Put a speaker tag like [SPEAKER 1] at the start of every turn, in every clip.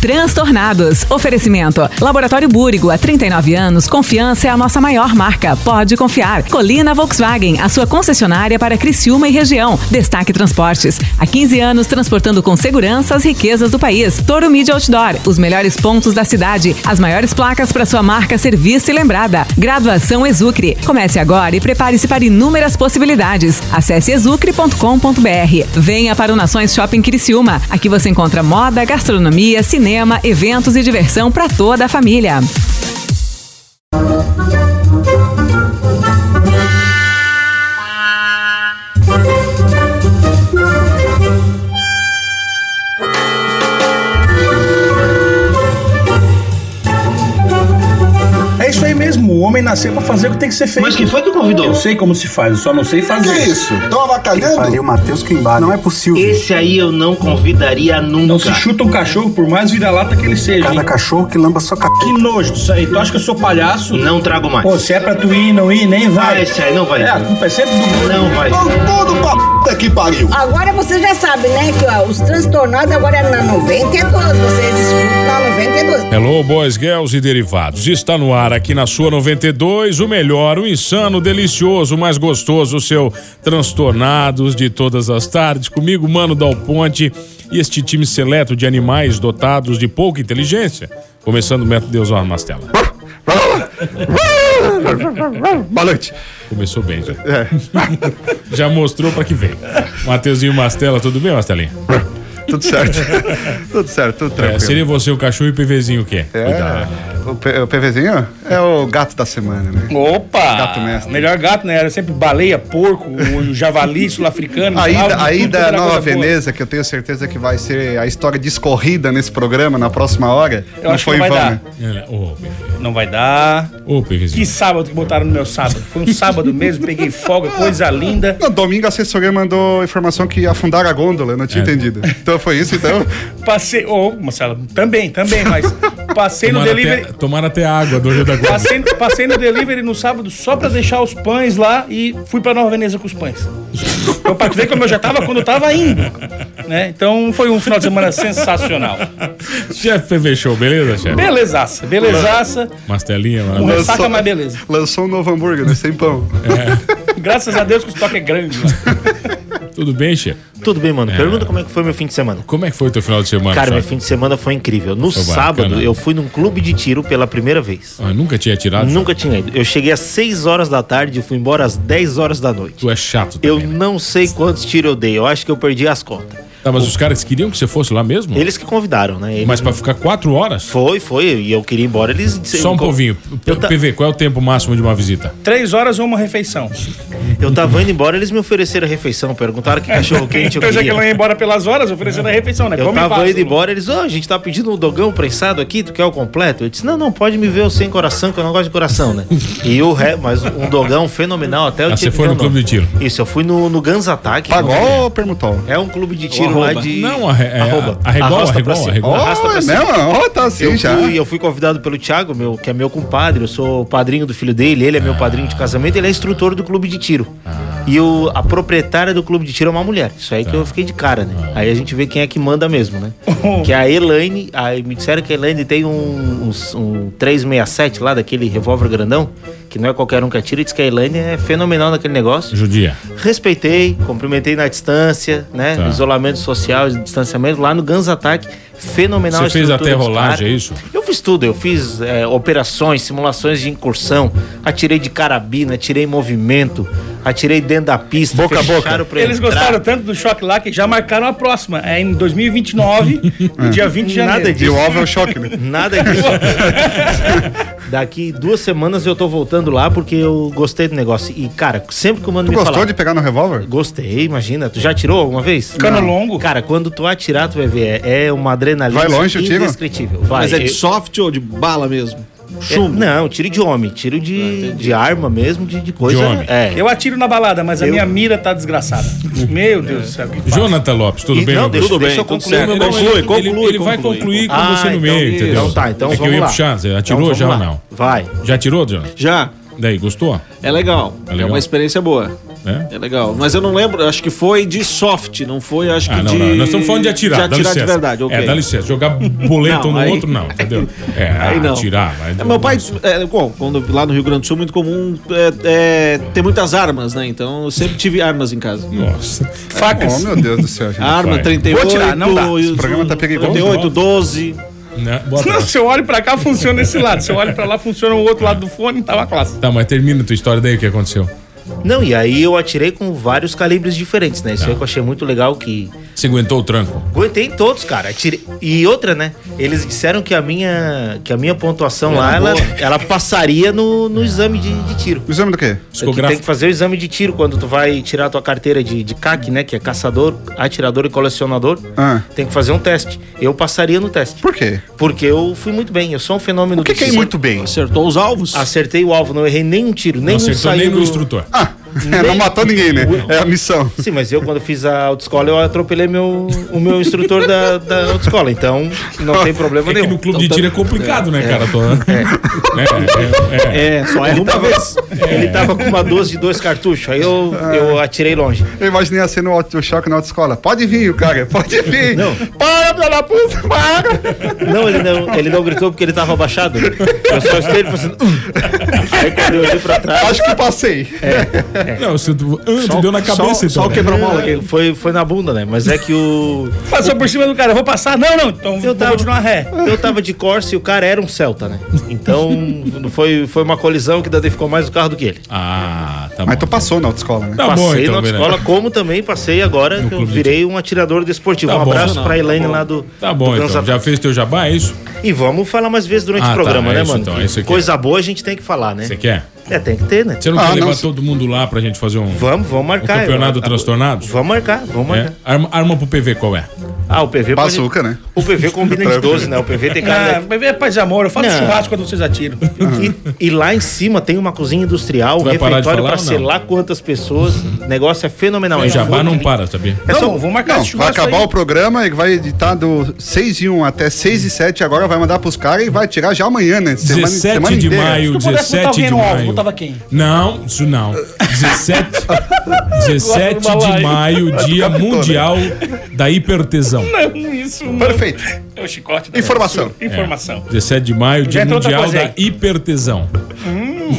[SPEAKER 1] Transtornados. Oferecimento. Laboratório Búrigo, há 39 anos, confiança é a nossa maior marca. Pode confiar. Colina Volkswagen, a sua concessionária para Criciúma e região. Destaque Transportes. Há 15 anos, transportando com segurança as riquezas do país. Toro Media Outdoor, os melhores pontos da cidade. As maiores placas para sua marca ser vista e lembrada. Graduação Exucre. Comece agora e prepare-se para inúmeras possibilidades. Acesse exucre.com.br. Venha para o Nações Shopping Criciúma. Aqui você encontra moda, gastronomia, cinema, eventos e diversão para toda a família.
[SPEAKER 2] É isso aí mesmo, o homem nasceu pra fazer o que tem que ser feito.
[SPEAKER 3] Mas quem foi que convidou?
[SPEAKER 2] Eu sei como se faz, eu só não sei fazer.
[SPEAKER 4] Que isso? Tão avacalhando?
[SPEAKER 5] Pariu, Matheus Quimbá. Não é possível.
[SPEAKER 3] Esse aí eu não convidaria nunca.
[SPEAKER 2] Não se chuta um cachorro, por mais vira-lata que ele seja.
[SPEAKER 5] Cada
[SPEAKER 2] hein?
[SPEAKER 5] cachorro que lamba só cachorro.
[SPEAKER 2] Que nojo disso aí. Tu acha que eu sou palhaço?
[SPEAKER 3] Não trago mais.
[SPEAKER 2] Pô, se é pra tu ir, não ir, nem
[SPEAKER 3] Ah,
[SPEAKER 2] vai.
[SPEAKER 3] esse aí não vai.
[SPEAKER 2] É, a culpa é sempre do Bruno.
[SPEAKER 3] Não vai.
[SPEAKER 4] Tão todo pra puta que pariu.
[SPEAKER 6] Agora você já sabe, né? Que ó, os transtornados agora é na 92. Vocês escutam na 92.
[SPEAKER 7] Hello, boys, girls e derivados. Está no ar aqui na sua 92, o melhor, o insano, delicioso, o mais gostoso, o seu transtornados de todas as tardes. Comigo, Mano Dal Ponte e este time seleto de animais dotados de pouca inteligência. Começando o método Deus Mastela.
[SPEAKER 8] Boa noite.
[SPEAKER 7] Começou bem já. já mostrou pra que vem. Mateuzinho Mastela, tudo bem, Mastelinha?
[SPEAKER 8] Tudo certo. tudo certo, tudo
[SPEAKER 7] É,
[SPEAKER 8] tranquilo.
[SPEAKER 7] seria você o cachorro e o PVzinho o quê?
[SPEAKER 8] É,
[SPEAKER 7] Cuidado.
[SPEAKER 8] o, P- o PVzinho é o gato da semana, né?
[SPEAKER 9] Opa!
[SPEAKER 8] Gato mestre.
[SPEAKER 9] Melhor gato, né? Era sempre baleia, porco, o javali sul-africano.
[SPEAKER 8] Aí,
[SPEAKER 9] salvo,
[SPEAKER 8] da- aí
[SPEAKER 9] tudo
[SPEAKER 8] da
[SPEAKER 9] era
[SPEAKER 8] Nova
[SPEAKER 9] coisa boa.
[SPEAKER 8] Veneza, que eu tenho certeza que vai ser a história discorrida nesse programa na próxima hora.
[SPEAKER 9] Eu acho que não
[SPEAKER 8] em
[SPEAKER 9] vai
[SPEAKER 8] vão,
[SPEAKER 9] dar.
[SPEAKER 8] né?
[SPEAKER 7] É, Ô, PV.
[SPEAKER 9] Não vai dar.
[SPEAKER 7] Ô,
[SPEAKER 9] Que
[SPEAKER 7] PVzinho.
[SPEAKER 9] sábado que botaram no meu sábado. Foi um sábado mesmo, peguei folga, coisa linda.
[SPEAKER 8] No domingo a assessoria mandou informação que afundaram a gôndola, eu não
[SPEAKER 7] É.
[SPEAKER 8] tinha entendido. Então foi isso, então.
[SPEAKER 9] Passei. Ô, Marcelo, também, também, mas passei no
[SPEAKER 7] Tomaram até,
[SPEAKER 9] delivery.
[SPEAKER 7] tomaram até água do olho da Globo.
[SPEAKER 9] Passei, passei no delivery no sábado só pra deixar os pães lá e fui pra Nova Veneza com os pães. Então, pra ver como eu já tava quando eu tava indo. Né? Então foi um final de semana sensacional.
[SPEAKER 7] Chefe PV Show, beleza, chefe?
[SPEAKER 9] Belezaça, belezaça.
[SPEAKER 7] Mastelinha,
[SPEAKER 9] Um
[SPEAKER 7] maravilhoso.
[SPEAKER 10] Uhum.
[SPEAKER 9] ressaca, mas beleza.
[SPEAKER 8] Lançou um novo hambúrguer, né? Sem pão.
[SPEAKER 9] Graças a Deus que o estoque é grande lá.
[SPEAKER 7] Tudo bem, chefe?
[SPEAKER 10] Tudo bem, mano. Pergunta como é que foi meu fim de semana.
[SPEAKER 7] Como é que foi o teu final de semana,
[SPEAKER 10] Cara, meu
[SPEAKER 7] chefe?
[SPEAKER 10] fim de semana foi incrível. No
[SPEAKER 7] Foi
[SPEAKER 10] sábado,
[SPEAKER 7] bacana.
[SPEAKER 10] eu fui num clube de tiro pela primeira vez.
[SPEAKER 7] Ah, nunca tinha tirado?
[SPEAKER 10] Nunca tinha ido. Eu cheguei às 6 horas da tarde e fui embora às 10 horas da noite.
[SPEAKER 7] Tu é chato
[SPEAKER 10] Eu
[SPEAKER 7] também, né?
[SPEAKER 10] não sei quantos tiros eu dei. Eu acho que eu perdi as contas.
[SPEAKER 7] Tá, mas os caras queriam que você fosse lá mesmo?
[SPEAKER 10] Eles que convidaram, né? Eles-
[SPEAKER 7] Mas pra ficar quatro horas?
[SPEAKER 10] Foi, foi. E eu queria ir embora. Eles disseram-
[SPEAKER 7] Só um pouquinho.
[SPEAKER 10] Eu, ta-
[SPEAKER 7] PV, qual é o tempo máximo de uma visita?
[SPEAKER 9] Três horas ou uma refeição.
[SPEAKER 10] eu tava indo embora, eles me ofereceram a refeição. Perguntaram que cachorro quente eu
[SPEAKER 9] então, já que
[SPEAKER 10] queria.
[SPEAKER 9] eu não ia embora pelas horas, oferecendo a refeição, né?
[SPEAKER 10] Eu
[SPEAKER 9] Come
[SPEAKER 10] tava
[SPEAKER 9] fácil.
[SPEAKER 10] indo embora, eles, ó, a gente tá pedindo um dogão prensado aqui, tu quer o completo? Eu disse, não, não, pode me ver o sem coração, que eu não gosto de coração, né? e o ré, mas um dogão fenomenal até eu
[SPEAKER 7] Ah,
[SPEAKER 10] tinha
[SPEAKER 7] você
[SPEAKER 10] que
[SPEAKER 7] foi
[SPEAKER 10] ver
[SPEAKER 7] no
[SPEAKER 10] o nome.
[SPEAKER 7] clube de tiro?
[SPEAKER 10] Isso, eu fui no, no Guns Attack.
[SPEAKER 8] Pagou ou permutou?
[SPEAKER 10] É um clube de tiro lá
[SPEAKER 9] arroba.
[SPEAKER 10] de.
[SPEAKER 7] Não, arre- é,
[SPEAKER 10] Arroba.
[SPEAKER 7] arregou,
[SPEAKER 10] Arrasta pra
[SPEAKER 7] arregou,
[SPEAKER 10] cima.
[SPEAKER 7] arregou.
[SPEAKER 10] Arrasta
[SPEAKER 8] Oh,
[SPEAKER 10] pra
[SPEAKER 8] é
[SPEAKER 10] cima.
[SPEAKER 8] mesmo? Ó, tá assim
[SPEAKER 10] Eu
[SPEAKER 8] já.
[SPEAKER 10] fui, eu fui convidado pelo Thiago, meu, que é meu compadre, eu sou padrinho do filho dele, ele é
[SPEAKER 8] Ah.
[SPEAKER 10] meu padrinho de casamento, ele é instrutor do clube de tiro. E o, a proprietária do clube de tiro é uma mulher. Isso
[SPEAKER 8] Tá.
[SPEAKER 10] aí que eu fiquei de cara, né?
[SPEAKER 8] Ah.
[SPEAKER 10] Aí a gente vê quem é que manda mesmo, né? que é a Elaine, aí me disseram que a Elaine tem um, um, um 367 lá, daquele revólver grandão, que não é qualquer um que atira, e diz que a Elaine é fenomenal naquele negócio.
[SPEAKER 7] Judia.
[SPEAKER 10] Respeitei, cumprimentei na distância, né?
[SPEAKER 7] Tá.
[SPEAKER 10] Isolamento social, distanciamento, lá no Guns Attack, fenomenal.
[SPEAKER 7] Você
[SPEAKER 10] a
[SPEAKER 7] fez
[SPEAKER 10] estrutura
[SPEAKER 7] até
[SPEAKER 10] dos
[SPEAKER 7] rolagem,
[SPEAKER 10] caras.
[SPEAKER 7] é isso?
[SPEAKER 10] Eu fiz tudo, eu fiz é, operações, simulações de incursão, atirei de carabina, atirei em movimento, atirei dentro da pista, boca a boca. Pra
[SPEAKER 9] Eles
[SPEAKER 10] entrar.
[SPEAKER 9] gostaram tanto do choque lá que já marcaram a próxima. É em 2029, no dia 20 de janeiro.
[SPEAKER 10] Hum. Nada
[SPEAKER 8] E
[SPEAKER 10] disso.
[SPEAKER 8] o alvo é o choque, né?
[SPEAKER 10] Nada disso. Daqui duas semanas eu tô voltando lá porque eu gostei do negócio. E, cara, sempre que o mano
[SPEAKER 8] Tu
[SPEAKER 10] me
[SPEAKER 8] gostou
[SPEAKER 10] falava-
[SPEAKER 8] de pegar no revólver?
[SPEAKER 10] Gostei, imagina. Tu já atirou alguma vez?
[SPEAKER 9] Cano longo?
[SPEAKER 10] Cara, quando tu atirar, tu vai ver. É é uma adrenalina
[SPEAKER 8] Vai longe o tiro?
[SPEAKER 10] indescritível. Vai.
[SPEAKER 11] Mas é de
[SPEAKER 10] Eu-
[SPEAKER 11] soft ou de bala mesmo?
[SPEAKER 10] é-
[SPEAKER 11] Chumbo. Ah,
[SPEAKER 10] Não, tiro de homem. Tiro de, de arma mesmo, de, de coisa.
[SPEAKER 7] De homem.
[SPEAKER 10] É.
[SPEAKER 9] Eu atiro na balada, mas a
[SPEAKER 10] Eu-
[SPEAKER 9] minha mira tá desgraçada. Meu Deus do céu. que fácil.
[SPEAKER 7] Jonathan Lopes, tudo
[SPEAKER 10] E-
[SPEAKER 7] bem?
[SPEAKER 10] não,
[SPEAKER 7] meu
[SPEAKER 10] deixa-
[SPEAKER 7] Deus?
[SPEAKER 11] Tudo bem,
[SPEAKER 10] eu
[SPEAKER 11] tudo
[SPEAKER 10] concluir
[SPEAKER 11] certo.
[SPEAKER 10] meu negócio.
[SPEAKER 11] Conclui,
[SPEAKER 7] Ele-
[SPEAKER 11] conclui,
[SPEAKER 7] ele, ele vai concluir com
[SPEAKER 10] Ah,
[SPEAKER 7] você tá no
[SPEAKER 10] então
[SPEAKER 7] meio,
[SPEAKER 10] isso.
[SPEAKER 7] entendeu?
[SPEAKER 10] Então tá, então
[SPEAKER 7] é que eu
[SPEAKER 10] vamos
[SPEAKER 7] ia
[SPEAKER 10] lá.
[SPEAKER 7] puxar, você
[SPEAKER 10] Então
[SPEAKER 7] atirou
[SPEAKER 10] vamos
[SPEAKER 7] já
[SPEAKER 10] lá.
[SPEAKER 7] ou não?
[SPEAKER 10] Vai.
[SPEAKER 7] Já atirou, Jonathan?
[SPEAKER 11] Já.
[SPEAKER 7] Daí, gostou?
[SPEAKER 11] É legal.
[SPEAKER 7] É legal.
[SPEAKER 11] É uma experiência boa.
[SPEAKER 7] né?
[SPEAKER 11] É legal. Mas eu não lembro, acho que foi de soft, não foi, acho que
[SPEAKER 7] Ah, não,
[SPEAKER 11] de.
[SPEAKER 7] não. Nós estamos falando de atirar,
[SPEAKER 11] De
[SPEAKER 7] dá
[SPEAKER 11] atirar de
[SPEAKER 7] licença.
[SPEAKER 11] verdade, ok.
[SPEAKER 7] É, dá licença. Jogar boleto
[SPEAKER 11] Não,
[SPEAKER 7] no
[SPEAKER 11] aí-
[SPEAKER 7] outro, não, entendeu? É,
[SPEAKER 11] Aí não.
[SPEAKER 7] atirar. um Mas...
[SPEAKER 11] É, meu pai, é, bom, quando lá no Rio Grande do Sul, muito comum é, é, ter muitas armas, né? Então eu sempre tive armas em casa.
[SPEAKER 7] Nossa.
[SPEAKER 8] Oh, meu Deus do céu, gente.
[SPEAKER 11] Arma
[SPEAKER 7] Vai.
[SPEAKER 11] 38.
[SPEAKER 9] Vou tirar, não dá.
[SPEAKER 8] Esse programa tá perigoso.
[SPEAKER 11] 38, 12.
[SPEAKER 7] Né? Bota lá.
[SPEAKER 9] Não, se eu olho pra cá, funciona esse lado. Se eu olho pra lá, funciona o outro lado do fone, tá uma classe.
[SPEAKER 7] Tá, mas termina a tua história daí, o que aconteceu?
[SPEAKER 10] Não, e aí eu atirei com vários calibres diferentes, né? Isso
[SPEAKER 7] Tá.
[SPEAKER 10] aí que eu achei muito legal que
[SPEAKER 7] Você aguentou o tranco?
[SPEAKER 10] Aguentei todos, cara. Atirei- E outra, né? Eles disseram que a minha, que a minha pontuação lá, ela, ela passaria no, no exame de, de tiro.
[SPEAKER 8] O exame do quê?
[SPEAKER 10] É que tem que fazer o exame de tiro quando tu vai tirar a tua carteira de, de CAC, né? Que é caçador, atirador e colecionador.
[SPEAKER 8] Ah.
[SPEAKER 10] Tem que fazer um teste. Eu passaria no teste.
[SPEAKER 8] Por quê?
[SPEAKER 10] Porque eu fui muito bem. Eu sou um fenômeno
[SPEAKER 8] O que,
[SPEAKER 10] do
[SPEAKER 8] que é
[SPEAKER 10] tiro.
[SPEAKER 8] muito bem?
[SPEAKER 11] Acertou os alvos?
[SPEAKER 10] Acertei o alvo, não errei nenhum tiro,
[SPEAKER 7] Não
[SPEAKER 10] nenhum
[SPEAKER 7] acertou
[SPEAKER 10] saiu
[SPEAKER 7] nem no
[SPEAKER 10] do-
[SPEAKER 7] instrutor.
[SPEAKER 8] Ah, não matou ninguém, né? É a missão.
[SPEAKER 10] Sim, mas eu quando fiz a autoescola, eu atropelei meu, o meu instrutor da, da autoescola. Então, não tem problema
[SPEAKER 7] É que
[SPEAKER 10] nenhum.
[SPEAKER 7] no clube de tiro é complicado, né, cara? Tô- É, é, é.
[SPEAKER 10] É, só ele tava, Ele tava com uma 12 de dois cartuchos, aí eu,
[SPEAKER 9] Ah.
[SPEAKER 10] eu atirei longe.
[SPEAKER 8] Eu imaginei a cena no auto- o choque na autoescola. Pode vir, o cara, pode vir. Não. Para, filha da puta, para.
[SPEAKER 10] Não, ele não, ele não gritou porque ele tava abaixado. Eu só escutei ele fazendo. "Uh". Aí quando eu olhei pra trás.
[SPEAKER 8] Acho que passei.
[SPEAKER 9] É.
[SPEAKER 7] Não, você ah, tu deu na cabeça, então.
[SPEAKER 10] só o
[SPEAKER 7] né?
[SPEAKER 10] quebra-mola que foi, foi na bunda, né? Mas é que o.
[SPEAKER 9] Passou por cima do cara, vou passar? Não, não, então
[SPEAKER 10] Eu
[SPEAKER 9] vou
[SPEAKER 10] tava-
[SPEAKER 9] continuar ré.
[SPEAKER 10] Eu tava de Corsa e o cara era um Celta, né? Então foi, foi uma colisão que daí ficou mais o carro do que ele.
[SPEAKER 7] Ah, tá
[SPEAKER 8] Mas
[SPEAKER 7] bom.
[SPEAKER 8] tu passou na autoescola, né?
[SPEAKER 7] Tá bom,
[SPEAKER 10] passei
[SPEAKER 7] então,
[SPEAKER 10] na
[SPEAKER 7] beleza.
[SPEAKER 10] escola, como também passei agora, que eu
[SPEAKER 7] clube de
[SPEAKER 10] virei um atirador desportivo.
[SPEAKER 7] Tá
[SPEAKER 10] um
[SPEAKER 7] bom.
[SPEAKER 10] abraço
[SPEAKER 7] Não,
[SPEAKER 10] pra Elaine lá do.
[SPEAKER 7] Tá bom,
[SPEAKER 10] do
[SPEAKER 7] então.
[SPEAKER 10] Transa-
[SPEAKER 7] Já fez teu jabá, é isso?
[SPEAKER 10] E vamos falar mais vezes durante
[SPEAKER 7] Ah,
[SPEAKER 10] o
[SPEAKER 7] tá,
[SPEAKER 10] programa,
[SPEAKER 7] é
[SPEAKER 10] né,
[SPEAKER 7] isso
[SPEAKER 10] mano?
[SPEAKER 7] então, é isso aqui.
[SPEAKER 10] Coisa boa a gente tem que falar, né?
[SPEAKER 7] Você quer?
[SPEAKER 10] É, tem que ter, né?
[SPEAKER 7] Você não
[SPEAKER 8] Ah,
[SPEAKER 7] quer
[SPEAKER 8] não,
[SPEAKER 7] levar
[SPEAKER 8] se-
[SPEAKER 7] todo mundo lá pra gente fazer um,
[SPEAKER 10] Vamos, né? vamos
[SPEAKER 7] um
[SPEAKER 10] marcar.
[SPEAKER 7] campeonato
[SPEAKER 10] Eu-
[SPEAKER 7] transtornado?
[SPEAKER 10] Vamos marcar, vamos marcar.
[SPEAKER 7] É. Arma, arma pro PV qual é?
[SPEAKER 10] Ah, o PV pode-
[SPEAKER 8] Bazuca, né?
[SPEAKER 10] O PV combina de 12, né? O PV tem cara.
[SPEAKER 9] Ah, bebê é paz e amor, eu faço
[SPEAKER 10] Não.
[SPEAKER 9] churrasco quando vocês atiram.
[SPEAKER 10] E, e lá em cima tem uma cozinha industrial, um
[SPEAKER 7] Vai parar de
[SPEAKER 10] refeitório
[SPEAKER 7] falar
[SPEAKER 10] pra
[SPEAKER 7] ou
[SPEAKER 10] sei
[SPEAKER 7] não?
[SPEAKER 10] lá quantas pessoas. O negócio é fenomenal.
[SPEAKER 7] o
[SPEAKER 10] Eu já
[SPEAKER 7] jabá
[SPEAKER 10] vou-
[SPEAKER 7] não para, sabia?
[SPEAKER 9] É não, vou marcar
[SPEAKER 8] Não,
[SPEAKER 9] esse
[SPEAKER 8] vai
[SPEAKER 9] churrasco
[SPEAKER 8] acabar
[SPEAKER 9] aí.
[SPEAKER 8] o programa e vai editar do 6 e 1 até 6 e 7 agora, vai mandar pros caras e vai tirar já amanhã, né?
[SPEAKER 7] 17 de
[SPEAKER 8] inteira.
[SPEAKER 7] maio,
[SPEAKER 9] Se tu pudesse botar
[SPEAKER 7] 17
[SPEAKER 9] alguém
[SPEAKER 7] de
[SPEAKER 9] no alvo,
[SPEAKER 7] maio.
[SPEAKER 9] botava quem?
[SPEAKER 7] Não, isso não. 17, 17
[SPEAKER 9] Agora vai lá,
[SPEAKER 7] de
[SPEAKER 9] hein?
[SPEAKER 7] maio, dia
[SPEAKER 9] né?
[SPEAKER 7] mundial da hipertesão.
[SPEAKER 9] Não, isso não.
[SPEAKER 8] Perfeito.
[SPEAKER 9] É o chicote da
[SPEAKER 8] Informação.
[SPEAKER 9] É Informação.
[SPEAKER 7] 17 de maio, dia
[SPEAKER 9] Inventa outra
[SPEAKER 7] mundial
[SPEAKER 9] coisa
[SPEAKER 7] da
[SPEAKER 9] aí.
[SPEAKER 7] hipertesão.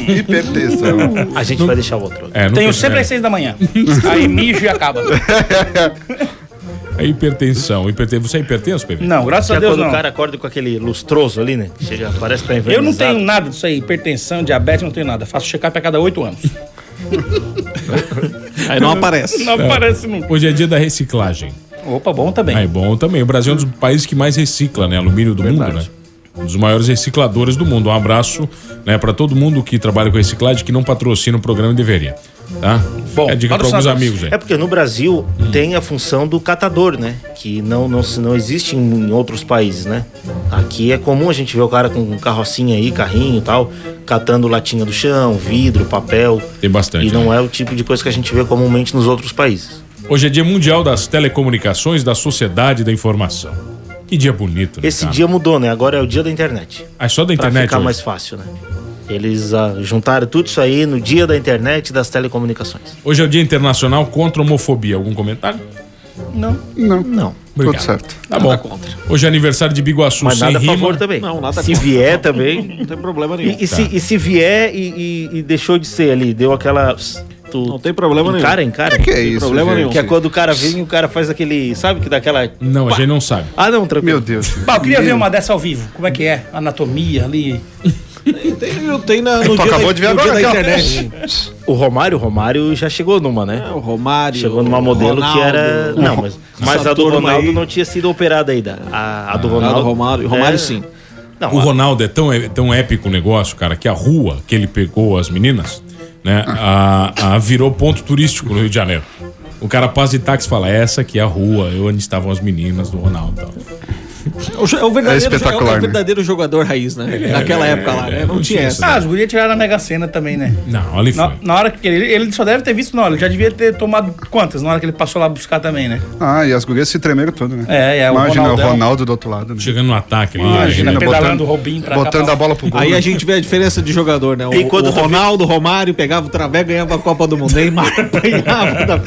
[SPEAKER 8] Hipertensão.
[SPEAKER 10] A gente vai deixar outro.
[SPEAKER 7] É, não
[SPEAKER 9] Tenho
[SPEAKER 7] tem-
[SPEAKER 9] sempre
[SPEAKER 7] é.
[SPEAKER 9] às seis da manhã. Aí mijo e acaba.
[SPEAKER 7] A É hipertensão. Hiperte... Você é hipertenso, PV?
[SPEAKER 9] Não, graças
[SPEAKER 10] Que
[SPEAKER 9] a
[SPEAKER 10] é
[SPEAKER 9] Deus
[SPEAKER 10] quando
[SPEAKER 9] não.
[SPEAKER 10] o cara acorda com aquele lustroso ali, né? Chega, parece que tá
[SPEAKER 9] Eu
[SPEAKER 10] envenenado.
[SPEAKER 9] não tenho nada disso aí, hipertensão, diabetes, não tenho nada. Faço check-up a cada oito anos.
[SPEAKER 11] Aí não aparece.
[SPEAKER 9] Não aparece nunca.
[SPEAKER 7] Hoje é dia da reciclagem.
[SPEAKER 9] Opa, bom também.
[SPEAKER 7] Ah, é bom também. O Brasil é um dos países que mais recicla, né? Alumínio do mundo, né? Um dos maiores recicladores do mundo. Um abraço né, para todo mundo que trabalha com reciclagem, que não patrocina o programa e deveria. Tá?
[SPEAKER 9] Bom,
[SPEAKER 7] é dica para alguns
[SPEAKER 9] patrocinadores.
[SPEAKER 7] amigos aí.
[SPEAKER 10] É porque no Brasil tem a função do catador, né? Que não, não, se- não existe em, em outros países, né? Aqui é comum a gente ver o cara com carrocinha aí, carrinho e tal, catando latinha do chão, vidro, papel.
[SPEAKER 7] Tem bastante, né?
[SPEAKER 10] E não é o tipo de coisa que a gente vê comumente nos outros países.
[SPEAKER 7] Hoje é dia mundial das telecomunicações, da sociedade da informação. Que dia bonito, né,
[SPEAKER 10] Esse
[SPEAKER 7] cara?
[SPEAKER 10] dia mudou, né? Agora é o dia da internet.
[SPEAKER 7] Ah, é só da
[SPEAKER 10] Pra
[SPEAKER 7] internet
[SPEAKER 10] ficar
[SPEAKER 7] hoje?
[SPEAKER 10] mais fácil, né? Eles ah, juntaram tudo isso aí no dia da internet e das telecomunicações.
[SPEAKER 7] Hoje é o dia internacional contra a homofobia. Algum comentário?
[SPEAKER 8] Não.
[SPEAKER 10] Não.
[SPEAKER 7] Obrigado.
[SPEAKER 8] Tudo certo.
[SPEAKER 7] Tá bom. Hoje é aniversário de Biguaçu
[SPEAKER 10] Mas
[SPEAKER 7] sem
[SPEAKER 10] nada a
[SPEAKER 7] rima.
[SPEAKER 10] favor também.
[SPEAKER 11] Não, nada
[SPEAKER 10] Se
[SPEAKER 11] contra.
[SPEAKER 10] vier também,
[SPEAKER 11] Não tem problema nenhum.
[SPEAKER 10] E, e se, e se vier e, e- e deixou de ser ali, deu aquela. Tu,
[SPEAKER 11] Não tem problema nenhum.
[SPEAKER 10] encara, Encara,
[SPEAKER 8] Que é isso?
[SPEAKER 11] problema
[SPEAKER 8] gente?
[SPEAKER 11] nenhum.
[SPEAKER 10] Que é quando o cara vem e o cara faz aquele. Sabe que dá aquela.
[SPEAKER 7] Não, a gente não sabe.
[SPEAKER 10] Ah, não, tranquilo.
[SPEAKER 8] Meu Deus.
[SPEAKER 9] Bah, eu queria ver uma dessa ao vivo. Como é que é? Anatomia ali.
[SPEAKER 11] Tem, eu tenho na, no
[SPEAKER 8] É Tu
[SPEAKER 11] dia
[SPEAKER 8] acabou
[SPEAKER 11] da,
[SPEAKER 8] de ver
[SPEAKER 11] no
[SPEAKER 8] agora
[SPEAKER 11] dia da
[SPEAKER 8] aqui, ó.
[SPEAKER 11] internet.
[SPEAKER 10] O Romário, o Romário já chegou numa, né?
[SPEAKER 11] É, o Romário.
[SPEAKER 10] Chegou numa modelo
[SPEAKER 11] Ronaldo,
[SPEAKER 10] que era. Não, mas, mas
[SPEAKER 11] Essa
[SPEAKER 10] a do
[SPEAKER 11] turma
[SPEAKER 10] Ronaldo
[SPEAKER 11] aí.
[SPEAKER 10] não tinha sido operada ainda. A, a do
[SPEAKER 11] Ah,
[SPEAKER 10] Ronaldo. é
[SPEAKER 11] do Romário. Romário, sim.
[SPEAKER 10] Não,
[SPEAKER 7] O
[SPEAKER 10] a-
[SPEAKER 7] Ronaldo é tão, é tão épico o negócio, cara, que a rua que ele pegou as meninas, né, a, a- virou ponto turístico no Rio de Janeiro. O cara passa de táxi e fala, essa aqui é a rua, eu onde estavam as meninas do Ronaldo. e tal."
[SPEAKER 11] O, jo- é o verdadeiro,
[SPEAKER 8] É espetacular,
[SPEAKER 11] é o
[SPEAKER 8] né?
[SPEAKER 11] verdadeiro jogador raiz, né?
[SPEAKER 9] Ele é,
[SPEAKER 11] Naquela
[SPEAKER 9] é,
[SPEAKER 11] época lá,
[SPEAKER 9] é,
[SPEAKER 11] né? Não
[SPEAKER 9] não
[SPEAKER 11] tinha
[SPEAKER 9] tinha
[SPEAKER 11] essa.
[SPEAKER 9] Ah, os guria tiraram na Mega Sena também, né?
[SPEAKER 7] Não, olha
[SPEAKER 9] Na, na hora que ele, ele só deve ter visto na hora, ele já devia ter tomado quantas na hora que ele passou lá buscar também, né?
[SPEAKER 8] Ah, e as gurias se tremeram todo, né?
[SPEAKER 9] É, é, o
[SPEAKER 8] Imagina
[SPEAKER 9] Ronaldão.
[SPEAKER 8] o Ronaldo do outro lado, né?
[SPEAKER 7] Chegando no ataque ali.
[SPEAKER 8] Imagina,
[SPEAKER 7] né?
[SPEAKER 9] pedalando o Robinho pra cá,
[SPEAKER 8] botando
[SPEAKER 9] pra-
[SPEAKER 8] a bola pro gol.
[SPEAKER 11] Aí
[SPEAKER 8] né?
[SPEAKER 11] a gente vê a diferença de jogador, né? O,
[SPEAKER 10] E quando
[SPEAKER 11] o
[SPEAKER 10] tu vê-
[SPEAKER 11] Ronaldo, Romário pegava o Travé, ganhava a Copa do Mundo. Neymar apanhava, da-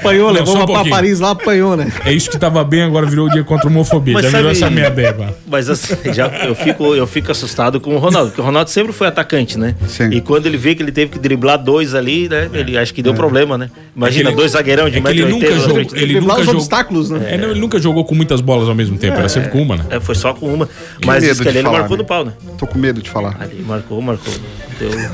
[SPEAKER 11] apanhou,
[SPEAKER 7] Não,
[SPEAKER 11] levou
[SPEAKER 7] só um
[SPEAKER 11] uma pra
[SPEAKER 7] pouquinho.
[SPEAKER 11] Paris lá, apanhou, né?
[SPEAKER 7] É isso que tava bem, agora virou o dia contra a homofobia.
[SPEAKER 10] Mas
[SPEAKER 7] já virou
[SPEAKER 10] sabe-
[SPEAKER 7] essa merda aí, pá.
[SPEAKER 10] Mas assim, já, eu, fico, eu fico assustado com o Ronaldo, porque o Ronaldo sempre foi atacante, né?
[SPEAKER 8] Sim.
[SPEAKER 10] E quando ele vê que ele teve que driblar dois ali, né? Ele acho
[SPEAKER 11] É.
[SPEAKER 10] que deu problema, né? Imagina,
[SPEAKER 7] Aquele-
[SPEAKER 10] dois zagueirão de
[SPEAKER 7] É que ele
[SPEAKER 10] 1,80m.
[SPEAKER 7] nunca jogou. Ele
[SPEAKER 11] Driblar
[SPEAKER 7] nunca
[SPEAKER 11] os
[SPEAKER 7] jogou.
[SPEAKER 11] obstáculos, né?
[SPEAKER 7] É, não, ele nunca jogou com muitas bolas ao mesmo tempo, era sempre com uma, né?
[SPEAKER 10] É, foi só com uma.
[SPEAKER 8] Que
[SPEAKER 10] Mas
[SPEAKER 8] medo
[SPEAKER 10] isso
[SPEAKER 8] de
[SPEAKER 10] que ali ele
[SPEAKER 8] falar,
[SPEAKER 10] marcou
[SPEAKER 8] né?
[SPEAKER 10] no pau, né?
[SPEAKER 8] Tô com medo de falar.
[SPEAKER 10] Ali, marcou, marcou. Deu-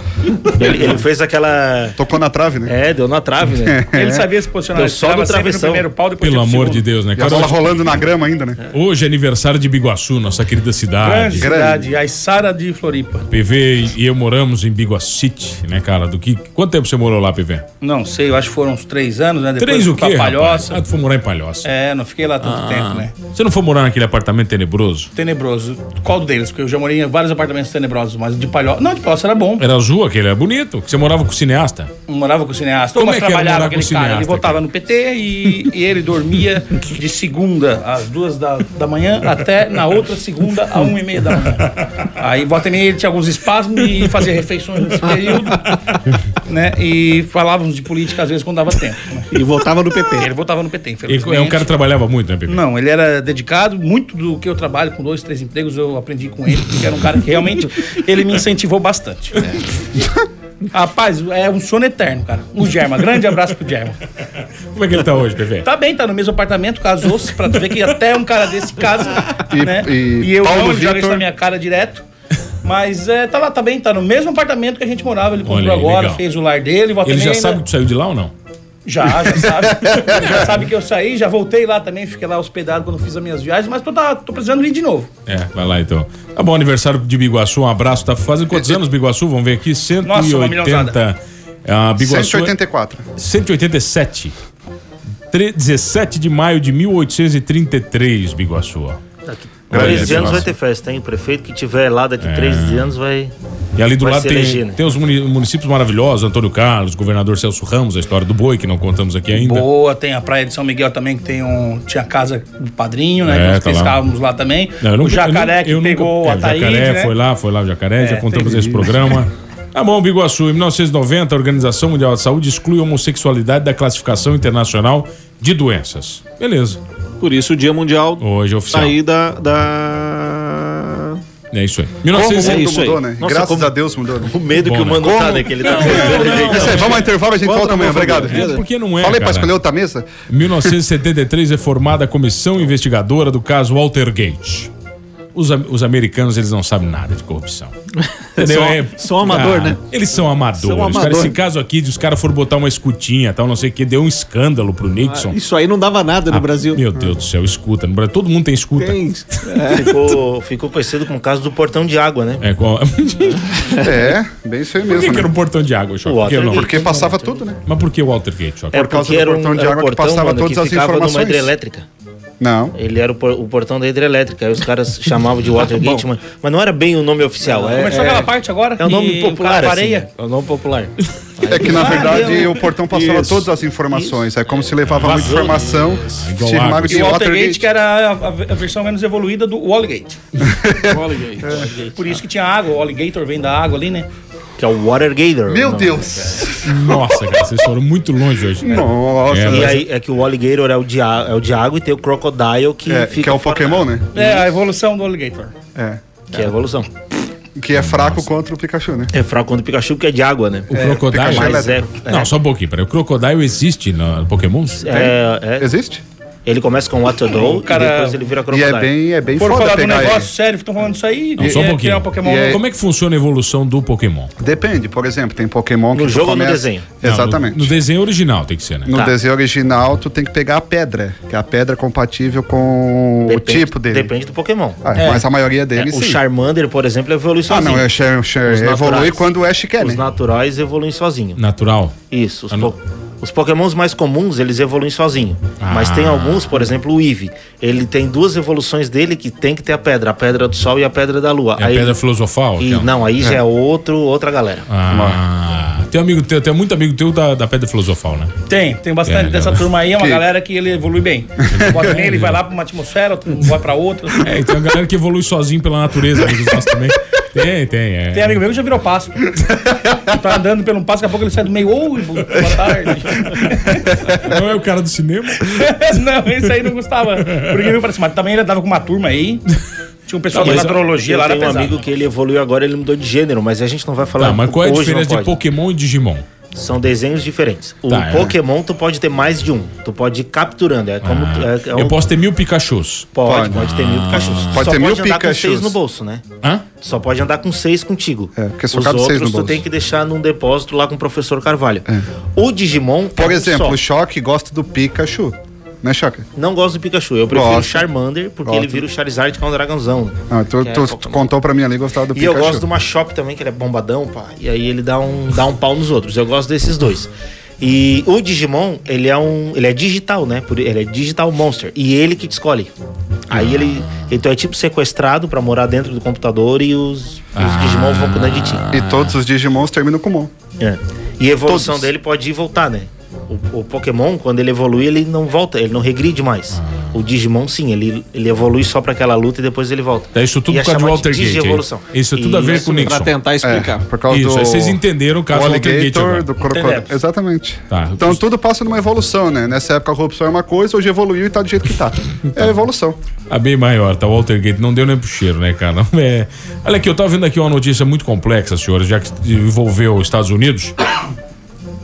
[SPEAKER 10] ele, ele fez aquela.
[SPEAKER 8] Tocou na trave, né?
[SPEAKER 10] É, deu na trave, né?
[SPEAKER 9] Ele sabia se posicionar.
[SPEAKER 10] Deu
[SPEAKER 9] ele
[SPEAKER 10] só
[SPEAKER 9] tirava
[SPEAKER 10] do
[SPEAKER 9] sempre no
[SPEAKER 10] travessão.
[SPEAKER 9] primeiro pau, depois
[SPEAKER 7] Pelo
[SPEAKER 9] tinha o
[SPEAKER 7] amor de
[SPEAKER 9] segundo.
[SPEAKER 7] Deus, né?
[SPEAKER 8] E a
[SPEAKER 7] Cara,
[SPEAKER 8] bola
[SPEAKER 7] hoje,
[SPEAKER 8] rolando na grama ainda, né?
[SPEAKER 7] hoje é aniversário de Biguaçu, nossa querida
[SPEAKER 9] Grande é
[SPEAKER 7] cidade.
[SPEAKER 9] cidade, a Sara de Floripa.
[SPEAKER 7] PV e eu moramos em Biguacite, né, cara? Do que... Quanto tempo você morou lá, PV?
[SPEAKER 9] Não sei, eu acho que foram uns três anos, né? Depois
[SPEAKER 7] Três o
[SPEAKER 9] fui pra
[SPEAKER 7] quê? rapaz?
[SPEAKER 9] Palhoça.
[SPEAKER 7] Ah, tu foi morar em Palhoça.
[SPEAKER 9] É, não fiquei lá tanto tempo, né?
[SPEAKER 7] Você não foi morar naquele apartamento tenebroso?
[SPEAKER 9] Tenebroso. Qual deles? Porque eu já morei em vários apartamentos tenebrosos, mas o de Palhoça... Não, de Palhoça era bom.
[SPEAKER 7] Era azul aquele, era bonito. que Você morava com o cineasta?
[SPEAKER 9] Eu Morava com o cineasta. Como
[SPEAKER 7] Como
[SPEAKER 9] mas
[SPEAKER 7] é que era
[SPEAKER 9] trabalhava
[SPEAKER 7] morar com
[SPEAKER 9] aquele
[SPEAKER 7] o
[SPEAKER 9] cara. Ele
[SPEAKER 7] cineasta,
[SPEAKER 9] votava no PT e, e ele dormia de segunda às duas da, da manhã até na outra segunda à uma e meia da manhã. Aí volta e meia ele tinha alguns espasmos e fazia refeições nesse período, né? E falávamos de política às vezes quando dava tempo. né?
[SPEAKER 11] E votava no PT.
[SPEAKER 9] Ele votava no PT,
[SPEAKER 7] Ele,
[SPEAKER 9] infelizmente.
[SPEAKER 7] é um cara que trabalhava muito, né, PV?
[SPEAKER 9] Não, ele era dedicado, muito do que eu trabalho com dois, três empregos eu aprendi com ele, porque era um cara que realmente ele me incentivou bastante. Rapaz, é um sono eterno, cara. O Germa, grande abraço pro Germa.
[SPEAKER 7] Como é que ele tá hoje, PV?
[SPEAKER 9] Tá bem, tá no mesmo apartamento, casou-se, pra tu ver que até um cara desse casa,
[SPEAKER 8] E-
[SPEAKER 9] né?
[SPEAKER 8] e
[SPEAKER 9] eu
[SPEAKER 8] Paulo
[SPEAKER 9] não, ele joga isso
[SPEAKER 8] Vitor-
[SPEAKER 9] na minha cara direto. Mas é, tá lá, tá bem, tá no mesmo apartamento que a gente morava, ele comprou
[SPEAKER 7] Olha aí,
[SPEAKER 9] agora,
[SPEAKER 7] legal.
[SPEAKER 9] fez o lar dele, volta
[SPEAKER 7] Ele
[SPEAKER 9] e
[SPEAKER 7] já
[SPEAKER 9] meia
[SPEAKER 7] sabe
[SPEAKER 9] ainda-
[SPEAKER 7] que tu saiu de lá ou não?
[SPEAKER 9] já, já sabe. já sabe que eu saí, já voltei lá também, fiquei lá hospedado quando fiz as minhas viagens, mas tô, tá- tô precisando ir de novo.
[SPEAKER 7] É, vai lá então. Tá bom, aniversário de Biguaçu, um abraço. Tá fazendo quantos anos Biguaçu? Vamos ver aqui, 180...
[SPEAKER 9] Nossa, uma milhãozada.
[SPEAKER 7] Ah, Biguaçu é
[SPEAKER 8] 184.
[SPEAKER 7] 187. Tre- 17 de maio de 1833, Biguaçu. ó.
[SPEAKER 10] Daqui
[SPEAKER 7] Olha,
[SPEAKER 10] 13 anos
[SPEAKER 7] nossa.
[SPEAKER 10] vai ter festa, hein? O prefeito que tiver lá
[SPEAKER 8] É.
[SPEAKER 10] daqui 13 anos vai.
[SPEAKER 7] E ali do
[SPEAKER 10] Vai
[SPEAKER 7] lado
[SPEAKER 10] se
[SPEAKER 7] tem,
[SPEAKER 10] eleger, né?
[SPEAKER 7] tem os muni- municípios maravilhosos, Antônio Carlos, governador Celso Ramos, a história do boi, que não contamos aqui ainda.
[SPEAKER 9] Boa, tem a Praia de São Miguel também, que tem um, tinha a casa do padrinho, né?
[SPEAKER 7] É,
[SPEAKER 9] que nós
[SPEAKER 7] tá lá.
[SPEAKER 9] pescávamos lá. também.
[SPEAKER 7] Não, eu
[SPEAKER 9] o
[SPEAKER 7] nunca-
[SPEAKER 9] jacaré
[SPEAKER 7] eu nu- eu
[SPEAKER 9] que
[SPEAKER 7] nunca-
[SPEAKER 9] pegou
[SPEAKER 7] é,
[SPEAKER 9] o Ataíde,
[SPEAKER 7] jacaré,
[SPEAKER 9] né?
[SPEAKER 7] foi lá, foi lá o jacaré, já contamos
[SPEAKER 9] tem-
[SPEAKER 7] esse programa. Tá bom, Biguaçu, em 1990, a Organização Mundial de Saúde exclui a homossexualidade da classificação internacional de doenças. Beleza.
[SPEAKER 11] Por isso o Dia Mundial tá
[SPEAKER 7] Hoje é oficial.
[SPEAKER 11] aí da. da...
[SPEAKER 7] É isso aí.
[SPEAKER 11] é
[SPEAKER 8] O
[SPEAKER 7] 1900...
[SPEAKER 8] mundo
[SPEAKER 11] isso aí.
[SPEAKER 8] mudou, né?
[SPEAKER 10] Nossa,
[SPEAKER 8] Graças
[SPEAKER 10] como-
[SPEAKER 8] a Deus mudou. né?
[SPEAKER 10] O medo
[SPEAKER 7] Bom,
[SPEAKER 10] que o
[SPEAKER 7] né?
[SPEAKER 10] mano tá, né? Que ele tá perdendo.
[SPEAKER 8] É isso aí, vamos ao intervalo, a gente
[SPEAKER 11] Contra
[SPEAKER 8] volta
[SPEAKER 11] a
[SPEAKER 8] amanhã.
[SPEAKER 11] homofobia.
[SPEAKER 8] Obrigado.
[SPEAKER 11] É,
[SPEAKER 7] Por que não é,
[SPEAKER 8] Falei pra
[SPEAKER 7] cara?
[SPEAKER 8] escolher outra mesa?
[SPEAKER 7] 1973 é formada a comissão investigadora do caso Altergate. Os, am- os americanos, eles não sabem nada de corrupção. Entendeu? É, ah,
[SPEAKER 11] São- são amador, né?
[SPEAKER 7] Eles são amadores.
[SPEAKER 11] São
[SPEAKER 7] cara.
[SPEAKER 11] amador.
[SPEAKER 7] esse caso aqui, de os caras foram botar uma escutinha, tal, não sei o que, deu um escândalo pro Nixon.
[SPEAKER 11] Ah, Isso aí não dava nada no
[SPEAKER 7] Ah,
[SPEAKER 11] Brasil.
[SPEAKER 7] Meu Deus do céu, escuta. no Brasil, Todo mundo tem escuta.
[SPEAKER 11] Tem-
[SPEAKER 10] né? Ficou, ficou conhecido como o caso do portão de água, né?
[SPEAKER 7] É, qual... Por
[SPEAKER 8] É, bem isso aí
[SPEAKER 7] que,
[SPEAKER 8] mesmo.
[SPEAKER 7] que
[SPEAKER 8] né?
[SPEAKER 7] era um portão de água, Choque?
[SPEAKER 10] O
[SPEAKER 7] Por que não?
[SPEAKER 10] Altergate.
[SPEAKER 8] Porque passava tudo, né?
[SPEAKER 7] Mas por que o Altergate, Choque?
[SPEAKER 10] É
[SPEAKER 8] causa
[SPEAKER 10] porque
[SPEAKER 8] do
[SPEAKER 10] era um,
[SPEAKER 8] portão de
[SPEAKER 10] era um
[SPEAKER 8] água que
[SPEAKER 10] portão,
[SPEAKER 8] passava
[SPEAKER 10] mano,
[SPEAKER 8] todas
[SPEAKER 10] que
[SPEAKER 8] as
[SPEAKER 10] ficava numa
[SPEAKER 8] informações.
[SPEAKER 10] hidrelétrica.
[SPEAKER 8] Não.
[SPEAKER 10] Ele era o, por- o portão da hidrelétrica. Aí os caras chamavam de
[SPEAKER 8] Ah,
[SPEAKER 10] Watergate, mas, mas não era bem o nome oficial. É,
[SPEAKER 9] Começou
[SPEAKER 10] é,
[SPEAKER 9] aquela parte agora.
[SPEAKER 8] um
[SPEAKER 10] é o nome
[SPEAKER 9] que o
[SPEAKER 10] popular.
[SPEAKER 9] cara
[SPEAKER 10] assim,
[SPEAKER 9] pareia.
[SPEAKER 10] né? é o nome popular.
[SPEAKER 8] É que na verdade o portão passava
[SPEAKER 11] Isso.
[SPEAKER 8] todas as informações. É como se levava muita informação.
[SPEAKER 7] Igual
[SPEAKER 8] Se chamava
[SPEAKER 7] água.
[SPEAKER 8] de
[SPEAKER 9] E o Watergate,
[SPEAKER 8] Watergate.
[SPEAKER 9] que era a, a- a versão menos evoluída do Watergate. Por isso que tinha água, o Alligator vem da água ali, né?
[SPEAKER 10] Que é o Watergator.
[SPEAKER 8] Meu
[SPEAKER 10] Não.
[SPEAKER 8] Deus! É,
[SPEAKER 7] Nossa, cara, vocês foram muito longe hoje. cara.
[SPEAKER 8] Nossa.
[SPEAKER 7] É,
[SPEAKER 10] É. E
[SPEAKER 7] mas-
[SPEAKER 10] aí é que o Alligator é o, de, á- é o de água e tem o Crocodile que
[SPEAKER 8] É,
[SPEAKER 10] fica
[SPEAKER 8] que é o
[SPEAKER 10] fora
[SPEAKER 8] Pokémon, né?
[SPEAKER 9] É, a evolução do Alligator.
[SPEAKER 8] É.
[SPEAKER 10] da- Que é a evolução.
[SPEAKER 8] Que é fraco contra o Pikachu, né?
[SPEAKER 10] É fraco quando o Pikachu porque é de água, né?
[SPEAKER 7] O Crocodile...
[SPEAKER 8] Pikachu
[SPEAKER 10] Mas é, é,
[SPEAKER 7] Não, só um pouquinho, peraí. O Crocodile existe no Pokémon?
[SPEAKER 10] é- é-
[SPEAKER 8] Existe?
[SPEAKER 10] Ele começa com Waterdoll
[SPEAKER 9] cara-
[SPEAKER 10] e depois ele vira
[SPEAKER 8] E
[SPEAKER 10] Crocodile.
[SPEAKER 8] é bem, é bem
[SPEAKER 9] Foram
[SPEAKER 8] foda
[SPEAKER 9] falar do
[SPEAKER 8] pegar
[SPEAKER 9] negócio
[SPEAKER 8] ele.
[SPEAKER 9] sério, estão falando isso aí.
[SPEAKER 7] Não, só um
[SPEAKER 9] é,
[SPEAKER 7] pouquinho.
[SPEAKER 9] criar um Pokémon.
[SPEAKER 8] E é-
[SPEAKER 7] Como é que funciona a evolução do Pokémon?
[SPEAKER 8] Depende, por exemplo, tem Pokémon que
[SPEAKER 10] No
[SPEAKER 8] tu
[SPEAKER 10] jogo ou no
[SPEAKER 8] começa...
[SPEAKER 10] desenho?
[SPEAKER 7] Não,
[SPEAKER 8] Exatamente.
[SPEAKER 7] no, no desenho original tem que ser, né?
[SPEAKER 8] No
[SPEAKER 10] Tá.
[SPEAKER 8] desenho original, tu tem que pegar a pedra, que é a pedra compatível com o tipo dele.
[SPEAKER 10] Depende do Pokémon.
[SPEAKER 8] Ah, Mas a maioria dele,
[SPEAKER 10] É, o
[SPEAKER 8] sim.
[SPEAKER 10] Charmander, por exemplo, evolui
[SPEAKER 8] Ah,
[SPEAKER 10] sozinho.
[SPEAKER 8] não, é Share,
[SPEAKER 10] Os
[SPEAKER 8] share.
[SPEAKER 10] naturais.
[SPEAKER 8] evolui quando é o Ash quer,
[SPEAKER 10] Os
[SPEAKER 8] né?
[SPEAKER 10] naturais evoluem sozinho.
[SPEAKER 7] Natural.
[SPEAKER 10] Isso. Os
[SPEAKER 7] Ah, não.
[SPEAKER 10] po- Os pokémons mais comuns, eles evoluem sozinho.
[SPEAKER 12] Ah.
[SPEAKER 10] Mas tem alguns, por exemplo, o Eevee. Ele tem duas evoluções dele que tem que ter a pedra. A pedra do sol e a pedra da lua.
[SPEAKER 7] É a
[SPEAKER 10] Aí-
[SPEAKER 7] pedra filosofal?
[SPEAKER 10] E,
[SPEAKER 7] aquela?
[SPEAKER 10] não, aí já é outro, outra galera.
[SPEAKER 7] Ah, tem amigo teu, tem muito amigo teu da, da pedra filosofal, né?
[SPEAKER 9] Tem, tem bastante
[SPEAKER 7] É,
[SPEAKER 9] dessa
[SPEAKER 7] não.
[SPEAKER 9] turma aí, é uma
[SPEAKER 7] Que-
[SPEAKER 9] galera que ele evolui bem. Você bota nele, ele vai lá pra uma atmosfera, outro vai pra outra.
[SPEAKER 7] É, e tem uma galera que evolui sozinho pela natureza, amigos nossos também. Tem, tem, é.
[SPEAKER 9] Tem amigo meu que já virou pasto. tá andando pelo um pasto, daqui a pouco ele sai do meio. Oi, boa tarde.
[SPEAKER 7] Não é o cara do cinema?
[SPEAKER 9] não, esse aí não gostava. Por que não parece? Mas também ele andava com uma turma aí. Tinha um pessoal
[SPEAKER 10] Não,
[SPEAKER 9] de
[SPEAKER 10] mas
[SPEAKER 9] ladrologia
[SPEAKER 10] eu
[SPEAKER 9] lá, era
[SPEAKER 10] tenho um
[SPEAKER 9] pesado.
[SPEAKER 10] amigo que ele evoluiu agora, ele mudou de gênero, mas a gente não vai falar.
[SPEAKER 7] Tá, mas qual é a
[SPEAKER 10] hoje não
[SPEAKER 7] diferença de
[SPEAKER 10] pode.
[SPEAKER 7] Pokémon e Digimon?
[SPEAKER 10] São desenhos diferentes. O
[SPEAKER 7] Tá, é.
[SPEAKER 10] Pokémon, tu pode ter mais de um. Tu pode ir capturando. É como. é- é um-
[SPEAKER 7] Ah. Eu posso ter mil Pikachus?
[SPEAKER 10] Pode, pode ter
[SPEAKER 8] Ah.
[SPEAKER 10] mil Pikachus. Tu só andar com seis
[SPEAKER 7] Pikachus.
[SPEAKER 10] no bolso, né?
[SPEAKER 7] Hã?
[SPEAKER 10] Só pode andar com seis contigo. É, porque
[SPEAKER 8] só
[SPEAKER 10] Os
[SPEAKER 8] cabe
[SPEAKER 10] outros
[SPEAKER 8] seis no
[SPEAKER 10] tu
[SPEAKER 8] bolso. É.
[SPEAKER 10] tem que deixar num depósito lá com o professor Carvalho. O Digimon.
[SPEAKER 8] Por
[SPEAKER 10] é um
[SPEAKER 8] exemplo,
[SPEAKER 10] só.
[SPEAKER 8] o Choque gosta do Pikachu. Né, Choque?
[SPEAKER 10] Não gosto do Pikachu. Eu prefiro o
[SPEAKER 8] Gosto.
[SPEAKER 10] Charmander, porque ele
[SPEAKER 8] Gosto.
[SPEAKER 10] vira o Charizard, que é um dragãozão.
[SPEAKER 8] Ah, tu,
[SPEAKER 10] Que é
[SPEAKER 8] tu- tu
[SPEAKER 10] Pokémon.
[SPEAKER 8] contou pra mim ali gostava
[SPEAKER 10] e
[SPEAKER 8] do Pikachu.
[SPEAKER 10] eu gosto de uma shop também, que ele é bombadão, pá. E aí ele dá um, dá um pau nos outros. Eu gosto desses dois. E o Digimon, ele é um. Ele é digital, né? Por- Ele é digital monster. E ele que te escolhe. Aí ele. Então é tipo sequestrado pra morar dentro do computador e os, os
[SPEAKER 7] Ah.
[SPEAKER 10] Digimon vão cuidar de ti.
[SPEAKER 8] E todos os Digimons terminam com Mon.
[SPEAKER 10] É. E a evolução
[SPEAKER 8] Todos.
[SPEAKER 10] dele pode ir e voltar, né? O, o Pokémon, quando ele evolui, ele não volta, ele não regride mais.
[SPEAKER 7] Ah.
[SPEAKER 10] O Digimon, sim, ele, ele evolui só pra aquela luta e depois ele volta.
[SPEAKER 7] Tá, isso tudo
[SPEAKER 10] E é
[SPEAKER 7] por causa de
[SPEAKER 10] chamada
[SPEAKER 7] Walter Gate. aí.
[SPEAKER 10] digievolução.
[SPEAKER 7] Isso é tudo a ver com o Nixon.
[SPEAKER 8] por causa
[SPEAKER 7] isso,
[SPEAKER 8] do...
[SPEAKER 7] aí vocês entenderam o caso
[SPEAKER 8] do
[SPEAKER 7] do Walter Gate
[SPEAKER 8] alligator,
[SPEAKER 7] agora.
[SPEAKER 8] do crocodilo. Exatamente.
[SPEAKER 7] Tá.
[SPEAKER 8] Então tudo passa numa evolução, né? Nessa época a corrupção é uma coisa, hoje evoluiu e tá do jeito que tá. É a evolução.
[SPEAKER 7] A bem maior, tá? O Walter Gate não deu nem pro cheiro, né, cara? É... Olha aqui, eu tava vendo aqui uma notícia muito complexa, senhores, já que envolveu os Estados Unidos.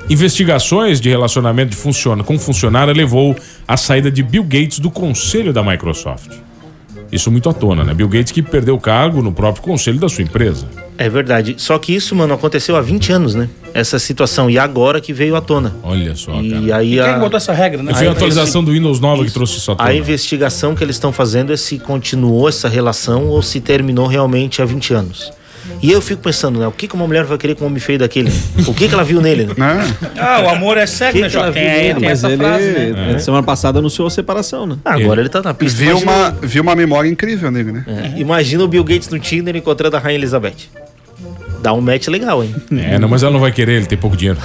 [SPEAKER 7] Investigações de relacionamento de funcion... com funcionário levou à saída de Bill Gates do conselho da Microsoft. Isso muito à tona, né? Bill Gates que perdeu o cargo no próprio conselho da sua empresa.
[SPEAKER 10] É verdade. Só que isso, mano, aconteceu há 20 anos, né? Essa situação. E agora que veio à tona.
[SPEAKER 7] Olha só,
[SPEAKER 10] e cara. Aí
[SPEAKER 9] Quem
[SPEAKER 10] a...
[SPEAKER 9] que botou essa regra, né?
[SPEAKER 10] Aí
[SPEAKER 7] Foi a atualização
[SPEAKER 10] esse-
[SPEAKER 7] do Windows 9 que trouxe isso à tona.
[SPEAKER 10] A investigação que eles estão fazendo é se continuou essa relação ou se terminou realmente há 20 anos. E eu fico pensando, né? O que, que uma mulher vai querer com um homem feio daquele? O que, que ela viu nele? Né?
[SPEAKER 9] Ah, o amor é cego,
[SPEAKER 10] Que
[SPEAKER 9] né,
[SPEAKER 10] que ela
[SPEAKER 9] Jota?
[SPEAKER 10] viu
[SPEAKER 9] Tem,
[SPEAKER 10] nele?
[SPEAKER 9] tem
[SPEAKER 10] Mas
[SPEAKER 9] essa
[SPEAKER 10] ele-
[SPEAKER 9] frase, né?
[SPEAKER 10] É.
[SPEAKER 11] É, Semana passada anunciou a separação, né?
[SPEAKER 10] Agora ele tá na pista.
[SPEAKER 8] Viu uma, viu uma memória incrível nele, né?
[SPEAKER 10] Imagina o Bill Gates no Tinder encontrando a Rainha Elizabeth. Dá um match legal, hein? Ah,
[SPEAKER 7] É, não, mas ela não vai querer, ele tem pouco dinheiro.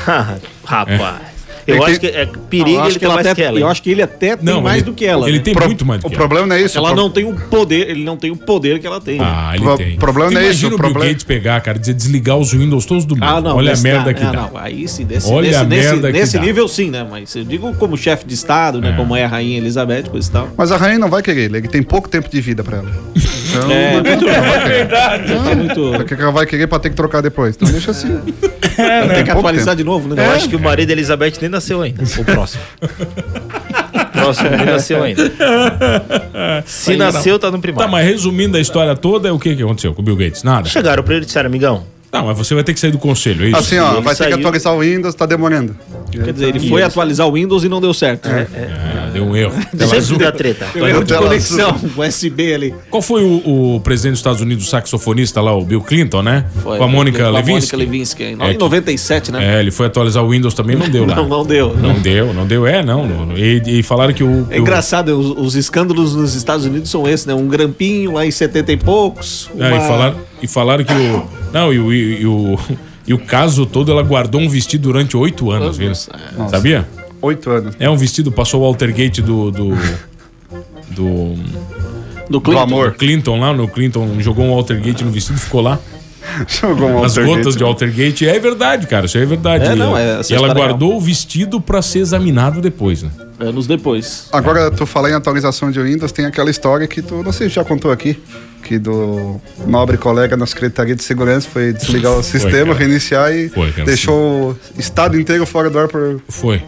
[SPEAKER 10] Rapaz.
[SPEAKER 7] É.
[SPEAKER 10] Eu
[SPEAKER 7] É que-
[SPEAKER 10] acho que é perigo
[SPEAKER 11] Eu acho
[SPEAKER 10] ele
[SPEAKER 11] que
[SPEAKER 10] ter
[SPEAKER 11] ela
[SPEAKER 10] mais
[SPEAKER 11] até-
[SPEAKER 10] que ela. hein?
[SPEAKER 11] eu acho que ele até tem
[SPEAKER 10] Não,
[SPEAKER 11] mais
[SPEAKER 10] ele-
[SPEAKER 11] do que ela.
[SPEAKER 7] ele
[SPEAKER 11] né?
[SPEAKER 7] tem Pro- muito mais do
[SPEAKER 11] O
[SPEAKER 7] que
[SPEAKER 8] problema não é isso.
[SPEAKER 11] Ela
[SPEAKER 8] o pro-
[SPEAKER 11] não tem o poder, ele não tem o poder que ela tem.
[SPEAKER 7] Ah, ele
[SPEAKER 8] Pro-
[SPEAKER 7] tem.
[SPEAKER 8] problema
[SPEAKER 7] Tu
[SPEAKER 8] não é isso,
[SPEAKER 7] Imagina
[SPEAKER 8] o
[SPEAKER 7] o
[SPEAKER 8] problema-
[SPEAKER 7] Bill Gates pegar, cara, e dizer desligar os Windows todos do mundo.
[SPEAKER 11] Ah, não.
[SPEAKER 7] Olha a
[SPEAKER 11] nesse-
[SPEAKER 7] merda
[SPEAKER 11] ah,
[SPEAKER 7] que
[SPEAKER 11] ah,
[SPEAKER 7] dá.
[SPEAKER 11] Não, aí sim, desse,
[SPEAKER 7] Olha
[SPEAKER 11] desse,
[SPEAKER 7] a
[SPEAKER 11] desse-
[SPEAKER 7] merda que
[SPEAKER 11] nesse
[SPEAKER 7] dá.
[SPEAKER 11] nível sim, né? Mas eu digo como chefe de Estado, né? Como é a Rainha Elizabeth, coisa e tal.
[SPEAKER 8] Mas a rainha não vai querer ele, ele tem pouco tempo de vida pra ela. Então,
[SPEAKER 11] É,
[SPEAKER 8] não-
[SPEAKER 11] muito-
[SPEAKER 8] não vai querer.
[SPEAKER 11] verdade.
[SPEAKER 8] Ah, O que que ela vai querer pra ter que trocar depois? Então
[SPEAKER 7] É,
[SPEAKER 8] deixa assim.
[SPEAKER 7] né,
[SPEAKER 10] Tem
[SPEAKER 8] que pouco atualizar tempo.
[SPEAKER 10] de novo,
[SPEAKER 8] né?
[SPEAKER 10] Eu
[SPEAKER 8] É.
[SPEAKER 10] acho que o marido da Elizabeth nem nasceu ainda. O próximo. o próximo nem nasceu ainda. Se nasceu, tá no primário.
[SPEAKER 7] Tá, mas resumindo a história toda, é o que, que aconteceu com o Bill Gates? Nada.
[SPEAKER 10] Chegaram pra ele e disseram, amigão.
[SPEAKER 7] Não, mas você vai ter que sair do conselho, é isso?
[SPEAKER 8] Assim, ó, vai ter que atualizar o Windows, tá demorando.
[SPEAKER 11] Quer dizer, ele foi atualizar o Windows e não deu
[SPEAKER 8] É,
[SPEAKER 11] certo. né?
[SPEAKER 7] Ah, deu um erro. Tela
[SPEAKER 11] Sempre
[SPEAKER 7] azul.
[SPEAKER 11] dá treta. Deu erro de Tela conexão, azul. USB ali.
[SPEAKER 7] Qual foi o, o presidente dos Estados Unidos, o saxofonista lá, o Bill Clinton, né? com a Mônica
[SPEAKER 11] Com a
[SPEAKER 7] Lewinsky?
[SPEAKER 11] Mônica Lewinsky. Em
[SPEAKER 7] É que-
[SPEAKER 11] 97, né?
[SPEAKER 7] É, ele foi atualizar o Windows também, não deu lá.
[SPEAKER 11] Não, não deu.
[SPEAKER 7] Não, deu, não deu. É, não. não. E, e falaram que o...
[SPEAKER 11] É engraçado, os, os escândalos nos Estados Unidos são esses, né? Um grampinho lá em 70 e poucos.
[SPEAKER 7] o- é,
[SPEAKER 11] uma-
[SPEAKER 7] e, falaram, e falaram que o... Não, e o... E, e o e o caso todo, ela guardou um vestido durante oito anos, viu?
[SPEAKER 11] é,
[SPEAKER 8] Nossa.
[SPEAKER 7] Sabia?
[SPEAKER 8] Oito anos.
[SPEAKER 7] É um vestido, passou o Altergate do. do. do.
[SPEAKER 11] do
[SPEAKER 8] Clinton. amor.
[SPEAKER 7] Clinton lá, no Clinton jogou um Altergate no vestido e ficou lá.
[SPEAKER 8] Jogou um
[SPEAKER 7] As
[SPEAKER 8] Altergate,
[SPEAKER 7] gotas de
[SPEAKER 8] né?
[SPEAKER 7] Altergate. É verdade, cara, isso aí é verdade.
[SPEAKER 11] É,
[SPEAKER 7] E
[SPEAKER 11] não,
[SPEAKER 7] ela-
[SPEAKER 11] é, essa
[SPEAKER 7] e ela
[SPEAKER 11] história é
[SPEAKER 7] guardou o vestido pra ser examinado depois, né?
[SPEAKER 11] Anos depois.
[SPEAKER 7] É.
[SPEAKER 8] Agora, tu falar em atualização de Windows, tem aquela história que tu, não sei, já contou aqui, que do nobre colega na Secretaria de Segurança foi desligar o
[SPEAKER 7] Foi,
[SPEAKER 8] sistema,
[SPEAKER 7] cara.
[SPEAKER 8] reiniciar e
[SPEAKER 7] Foi, cara,
[SPEAKER 8] deixou o estado inteiro fora do ar por...
[SPEAKER 7] Foi.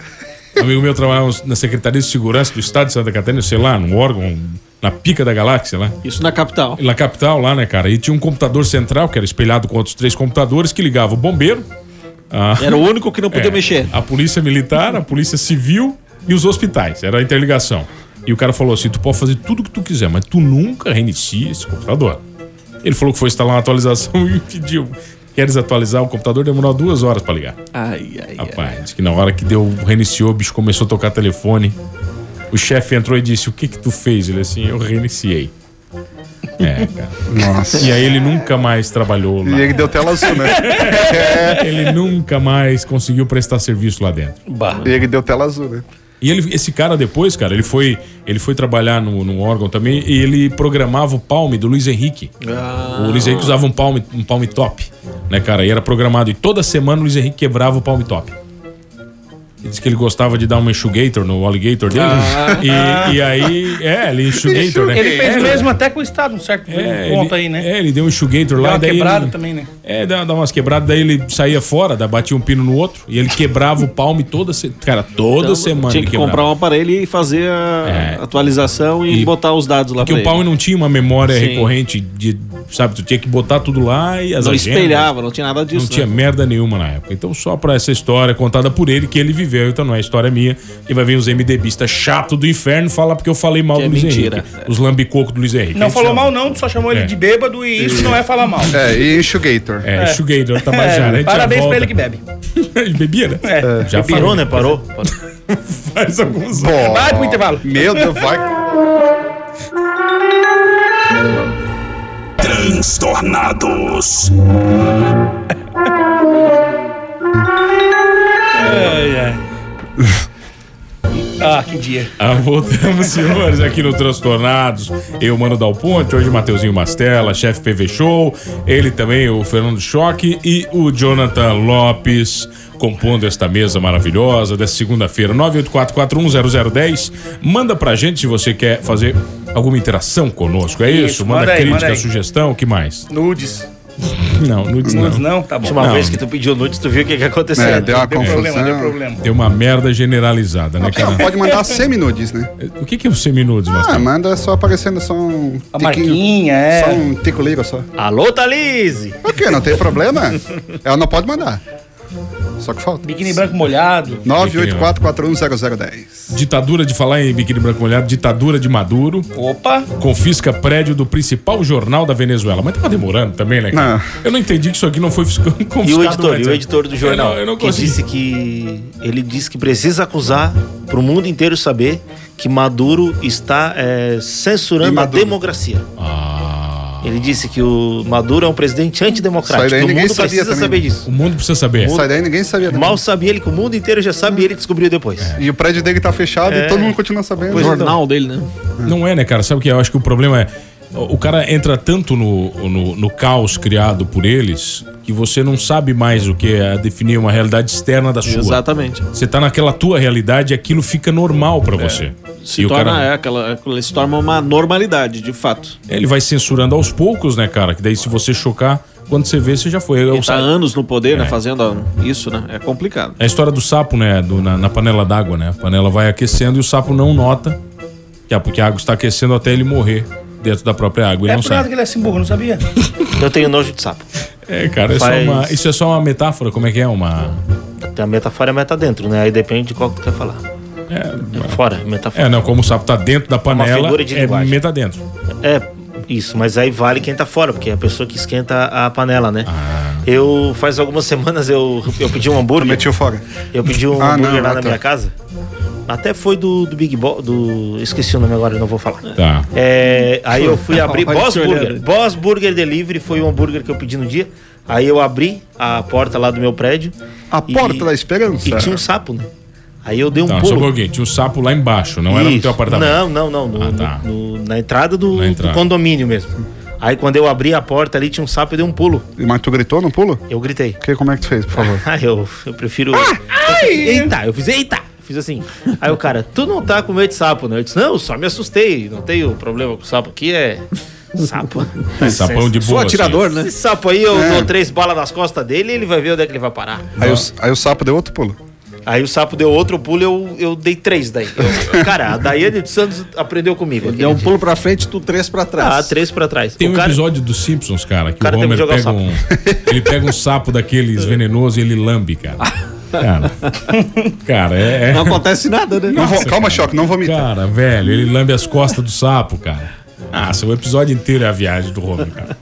[SPEAKER 7] Um amigo meu trabalhava na Secretaria de Segurança do Estado de Santa Catarina, sei lá, num órgão, na pica da galáxia lá.
[SPEAKER 11] Isso na capital.
[SPEAKER 7] Na capital lá, né, cara? E tinha um computador central que era espelhado com outros três computadores que ligava o bombeiro. a-
[SPEAKER 11] Era o único que não podia
[SPEAKER 7] É,
[SPEAKER 11] mexer.
[SPEAKER 7] A polícia militar, a polícia civil e os hospitais. Era a interligação. E o cara falou assim: tu pode fazer tudo o que tu quiser, mas tu nunca reinicia esse computador. Ele falou que foi instalar uma atualização e pediu. Queres atualizar o computador? Demorou duas horas pra ligar.
[SPEAKER 9] Ai, ai,
[SPEAKER 7] Rapaz, disse que na hora que deu, reiniciou, o bicho começou a tocar telefone. O chefe entrou e disse: O que que tu fez? Ele assim: Eu reiniciei. É, cara.
[SPEAKER 8] Nossa.
[SPEAKER 7] E aí ele nunca mais trabalhou lá.
[SPEAKER 8] E ele deu tela azul, né?
[SPEAKER 7] ele nunca mais conseguiu prestar serviço lá dentro.
[SPEAKER 8] E ele deu tela azul, né?
[SPEAKER 7] E ele, esse cara depois, cara, ele foi, ele foi trabalhar no, num órgão também e ele programava o palme do Luiz Henrique.
[SPEAKER 9] Ah.
[SPEAKER 7] O Luiz Henrique usava um palme, um palme top, né, cara? E era programado. E toda semana o Luiz Henrique quebrava o palme top. Ele disse que ele gostava de dar um enxugator no alligator dele. E, e aí, é, ele enxugator, né?
[SPEAKER 9] Ah. Ele fez
[SPEAKER 7] É,
[SPEAKER 9] o mesmo até com o Estado, um certo
[SPEAKER 7] é,
[SPEAKER 9] ponto
[SPEAKER 7] ele-
[SPEAKER 9] aí, né?
[SPEAKER 7] É, ele deu um enxugator
[SPEAKER 9] Deu
[SPEAKER 7] lá.
[SPEAKER 9] uma
[SPEAKER 7] daí
[SPEAKER 9] quebrada
[SPEAKER 7] ele,
[SPEAKER 9] também, né?
[SPEAKER 7] é, dá, dá umas quebradas, daí ele saía fora, da, batia um pino no outro e ele quebrava o palme toda se... Cara, toda
[SPEAKER 11] Então,
[SPEAKER 7] semana
[SPEAKER 11] Tinha
[SPEAKER 7] ele
[SPEAKER 11] que
[SPEAKER 7] quebrava.
[SPEAKER 11] comprar um aparelho e fazer a atualização e,
[SPEAKER 7] É. E-
[SPEAKER 11] botar os dados lá
[SPEAKER 7] Porque
[SPEAKER 11] pra
[SPEAKER 7] o
[SPEAKER 11] ele.
[SPEAKER 7] palme não tinha uma memória
[SPEAKER 11] Sim.
[SPEAKER 7] recorrente de. Sabe, tu tinha que botar tudo lá e as
[SPEAKER 11] Não
[SPEAKER 7] agendas.
[SPEAKER 11] espelhava, não tinha nada
[SPEAKER 7] Não
[SPEAKER 11] disso.
[SPEAKER 7] tinha
[SPEAKER 11] né?
[SPEAKER 7] merda nenhuma na época. Então, só pra essa história contada por ele, que ele viveu, então não é história minha. E vai vir os MDBistas chato do inferno falar porque eu falei mal
[SPEAKER 11] Que
[SPEAKER 7] do
[SPEAKER 11] é
[SPEAKER 7] Luiz
[SPEAKER 11] mentira.
[SPEAKER 7] Henrique. Os lambicocos do Luiz Henrique.
[SPEAKER 9] Não
[SPEAKER 7] Eles
[SPEAKER 9] falou
[SPEAKER 7] chamam.
[SPEAKER 9] mal, não, só chamou ele
[SPEAKER 7] É.
[SPEAKER 9] de bêbado e isso não é falar mal.
[SPEAKER 8] É, e enxugator.
[SPEAKER 7] É, enxuguei, é.
[SPEAKER 9] É,
[SPEAKER 7] Tabajara.
[SPEAKER 9] parabéns pra ele que bebe.
[SPEAKER 7] bebe. ele bebia, né?
[SPEAKER 9] É.
[SPEAKER 7] Já
[SPEAKER 10] Pirou,
[SPEAKER 7] parou,
[SPEAKER 10] né? Parou.
[SPEAKER 7] Faz alguns anos.
[SPEAKER 8] Pô,
[SPEAKER 9] Vai pro intervalo.
[SPEAKER 8] meu Deus, vai.
[SPEAKER 5] Transtornados.
[SPEAKER 9] Ah, que dia.
[SPEAKER 7] Ah, voltamos, senhores, aqui no Transtornados. Eu, Mano Dal Ponte, hoje Mateuzinho Mastella, chefe PV Show, ele também, o Fernando Choque e o Jonathan Lopes, compondo esta mesa maravilhosa dessa segunda-feira, 984410010. Manda pra gente se você quer fazer alguma interação conosco, é isso?
[SPEAKER 9] Isso,
[SPEAKER 7] Manda,
[SPEAKER 9] manda aí,
[SPEAKER 7] crítica,
[SPEAKER 9] manda aí.
[SPEAKER 7] sugestão, o que mais?
[SPEAKER 9] Nudes.
[SPEAKER 7] Não, nudes
[SPEAKER 9] Nudes
[SPEAKER 7] não.
[SPEAKER 9] não, tá bom.
[SPEAKER 10] Uma
[SPEAKER 7] Não.
[SPEAKER 10] vez que tu pediu nudes, tu viu o que, que aconteceu.
[SPEAKER 8] É,
[SPEAKER 10] né?
[SPEAKER 8] deu uma
[SPEAKER 9] Deu problema, deu
[SPEAKER 8] confusão.
[SPEAKER 9] problema.
[SPEAKER 7] Deu uma merda generalizada, né,
[SPEAKER 8] Não,
[SPEAKER 7] cara?
[SPEAKER 8] pode mandar semi-nudes, né?
[SPEAKER 7] O que que é o seminudes,
[SPEAKER 8] Ah,
[SPEAKER 7] Mastella?
[SPEAKER 8] manda só aparecendo só um
[SPEAKER 9] A
[SPEAKER 8] tiquinho.
[SPEAKER 9] marquinha, é.
[SPEAKER 8] Só um tico-liga só.
[SPEAKER 10] Alô, Thalise!
[SPEAKER 8] Por quê? Não tem problema. Ela não pode mandar. Só que falta.
[SPEAKER 9] Biquíni branco molhado.
[SPEAKER 8] 984410010.
[SPEAKER 7] Ditadura de falar em biquíni branco molhado, ditadura de Maduro.
[SPEAKER 9] Opa.
[SPEAKER 7] confisca prédio do principal jornal da Venezuela. Mas tava demorando também, né? cara?
[SPEAKER 8] Não.
[SPEAKER 7] Eu não entendi que isso aqui não foi fisca- confiscado.
[SPEAKER 10] Ah. E o editor,
[SPEAKER 7] antes.
[SPEAKER 10] e o editor do jornal,
[SPEAKER 7] Eu É, não, eu não
[SPEAKER 10] que
[SPEAKER 7] consegui.
[SPEAKER 10] disse que ele disse que precisa acusar para o mundo inteiro saber que Maduro está é,
[SPEAKER 8] E
[SPEAKER 10] censurando a
[SPEAKER 8] Maduro?
[SPEAKER 10] democracia.
[SPEAKER 7] Ah,
[SPEAKER 10] Ele disse que o Maduro é um presidente
[SPEAKER 8] Isso aí
[SPEAKER 10] antidemocrático.
[SPEAKER 8] daí
[SPEAKER 10] O
[SPEAKER 8] ninguém
[SPEAKER 10] mundo
[SPEAKER 8] sabia
[SPEAKER 10] precisa
[SPEAKER 8] também,
[SPEAKER 10] saber
[SPEAKER 8] né?
[SPEAKER 10] disso.
[SPEAKER 7] o mundo precisa saber.
[SPEAKER 8] Isso aí daí ninguém sabia. né?
[SPEAKER 10] Mal sabia ele que o mundo inteiro já sabe e ele descobriu depois.
[SPEAKER 7] É.
[SPEAKER 8] E o prédio dele tá fechado
[SPEAKER 9] É.
[SPEAKER 8] e todo mundo continua sabendo.
[SPEAKER 11] O jornal dele, né?
[SPEAKER 7] Não é, né, cara? Sabe o que é? eu acho que o problema é. O o cara entra tanto no, no, no caos criado por eles que você não sabe mais o que é definir uma realidade externa da sua.
[SPEAKER 11] Exatamente.
[SPEAKER 7] Você tá naquela tua realidade e aquilo fica normal
[SPEAKER 10] É.
[SPEAKER 7] pra você.
[SPEAKER 11] Se
[SPEAKER 7] E o
[SPEAKER 11] torna,
[SPEAKER 7] cara-
[SPEAKER 11] é, aquela, aquela- se torna uma normalidade, de fato.
[SPEAKER 10] é.
[SPEAKER 7] Ele vai censurando aos poucos, né, cara? Que daí se você chocar, quando você vê, você já foi. Eu
[SPEAKER 11] Ele tá
[SPEAKER 7] sa-
[SPEAKER 11] anos no poder,
[SPEAKER 7] É.
[SPEAKER 11] né? Fazendo isso, né? É complicado.
[SPEAKER 7] É a história do sapo, né? do- na, na panela d'água, né? A panela vai aquecendo e o sapo não nota que a, porque a água está aquecendo até ele morrer dentro da própria água. Ele
[SPEAKER 9] É
[SPEAKER 7] não
[SPEAKER 9] por nada
[SPEAKER 7] sabe.
[SPEAKER 9] que ele é assim burro, não sabia?
[SPEAKER 10] Eu tenho nojo de sapo.
[SPEAKER 7] É, cara, é só
[SPEAKER 10] Faz-
[SPEAKER 7] uma- isso é só uma metáfora. Como é que é? Uma.
[SPEAKER 10] Tem a metafora e a meta dentro, né? Aí depende de qual que tu quer falar.
[SPEAKER 7] É,
[SPEAKER 10] Fora, metafora.
[SPEAKER 7] é, não, como o sapo tá dentro da panela,
[SPEAKER 10] figura de
[SPEAKER 7] é
[SPEAKER 10] linguagem.
[SPEAKER 7] meta dentro.
[SPEAKER 10] É, isso, mas aí vale quem tá fora, porque é a pessoa que esquenta a panela, né?
[SPEAKER 8] Ah.
[SPEAKER 10] Eu, faz algumas semanas, eu, eu pedi um hambúrguer.
[SPEAKER 8] Metiu fora.
[SPEAKER 10] Eu pedi um
[SPEAKER 8] Ah,
[SPEAKER 10] hambúrguer
[SPEAKER 8] não,
[SPEAKER 10] lá
[SPEAKER 8] ah,
[SPEAKER 10] na
[SPEAKER 8] tá.
[SPEAKER 10] minha casa. Até foi do, do Big Boss, do... Esqueci o nome agora, não vou falar.
[SPEAKER 7] Tá.
[SPEAKER 10] É, aí eu fui abrir
[SPEAKER 11] Olha
[SPEAKER 10] Boss
[SPEAKER 11] que
[SPEAKER 10] Burger.
[SPEAKER 11] olhada.
[SPEAKER 10] Boss Burger Delivery foi o hambúrguer que eu pedi no dia. Aí eu abri a porta lá do meu prédio.
[SPEAKER 8] A
[SPEAKER 10] e-
[SPEAKER 8] porta da esperança.
[SPEAKER 10] E tinha um sapo, né? Aí eu dei um
[SPEAKER 7] Tá, só um
[SPEAKER 10] pulo.
[SPEAKER 7] pouquinho. Tinha um sapo lá embaixo, não era no
[SPEAKER 10] Isso.
[SPEAKER 7] teu apartamento.
[SPEAKER 10] Não, não, não. no-
[SPEAKER 7] Ah, tá.
[SPEAKER 10] no- na entrada, do,
[SPEAKER 7] Na
[SPEAKER 10] do
[SPEAKER 7] entrada.
[SPEAKER 10] condomínio mesmo. Aí quando eu abri a porta ali, tinha um sapo e dei um pulo.
[SPEAKER 8] Mas tu gritou no pulo?
[SPEAKER 10] Eu gritei.
[SPEAKER 8] Que, como é que tu fez, por
[SPEAKER 11] Uhum.
[SPEAKER 8] favor?
[SPEAKER 10] Ah, eu, eu prefiro. Eita, eu fiz, eita! Fiz assim. Aí o cara, tu não tá com medo de sapo, né? Eu disse, não, só me assustei. Não tenho problema com sapo aqui, é. Sapo.
[SPEAKER 7] Sapão de boa. assim.
[SPEAKER 11] Sou atirador, né?
[SPEAKER 10] Esse sapo aí, eu
[SPEAKER 8] É.
[SPEAKER 10] dou três balas nas costas dele ele vai ver onde é que ele vai parar.
[SPEAKER 8] Aí o, aí o sapo deu outro pulo.
[SPEAKER 10] Aí o sapo deu outro pulo, eu, eu dei três daí. Eu- cara, a Daiane dos Santos aprendeu comigo.
[SPEAKER 11] Ele deu um pulo pra frente, tu três pra trás.
[SPEAKER 10] Ah, três pra trás.
[SPEAKER 7] Tem
[SPEAKER 10] O
[SPEAKER 7] um
[SPEAKER 10] cara-
[SPEAKER 7] episódio dos Simpsons, cara, que
[SPEAKER 10] cara
[SPEAKER 7] o
[SPEAKER 10] tem que
[SPEAKER 7] Homer
[SPEAKER 10] jogar o
[SPEAKER 7] pega
[SPEAKER 10] sapo.
[SPEAKER 7] um. Ele pega um sapo daqueles venenosos e ele lambe, cara. Cara, cara é, é-
[SPEAKER 11] Não acontece nada, né?
[SPEAKER 8] Não vo-
[SPEAKER 7] Nossa,
[SPEAKER 8] calma,
[SPEAKER 7] cara.
[SPEAKER 8] Choque, não vomita.
[SPEAKER 7] Cara, velho, ele lambe as costas do sapo, cara. Ah, seu episódio inteiro é a viagem do Romeu, cara.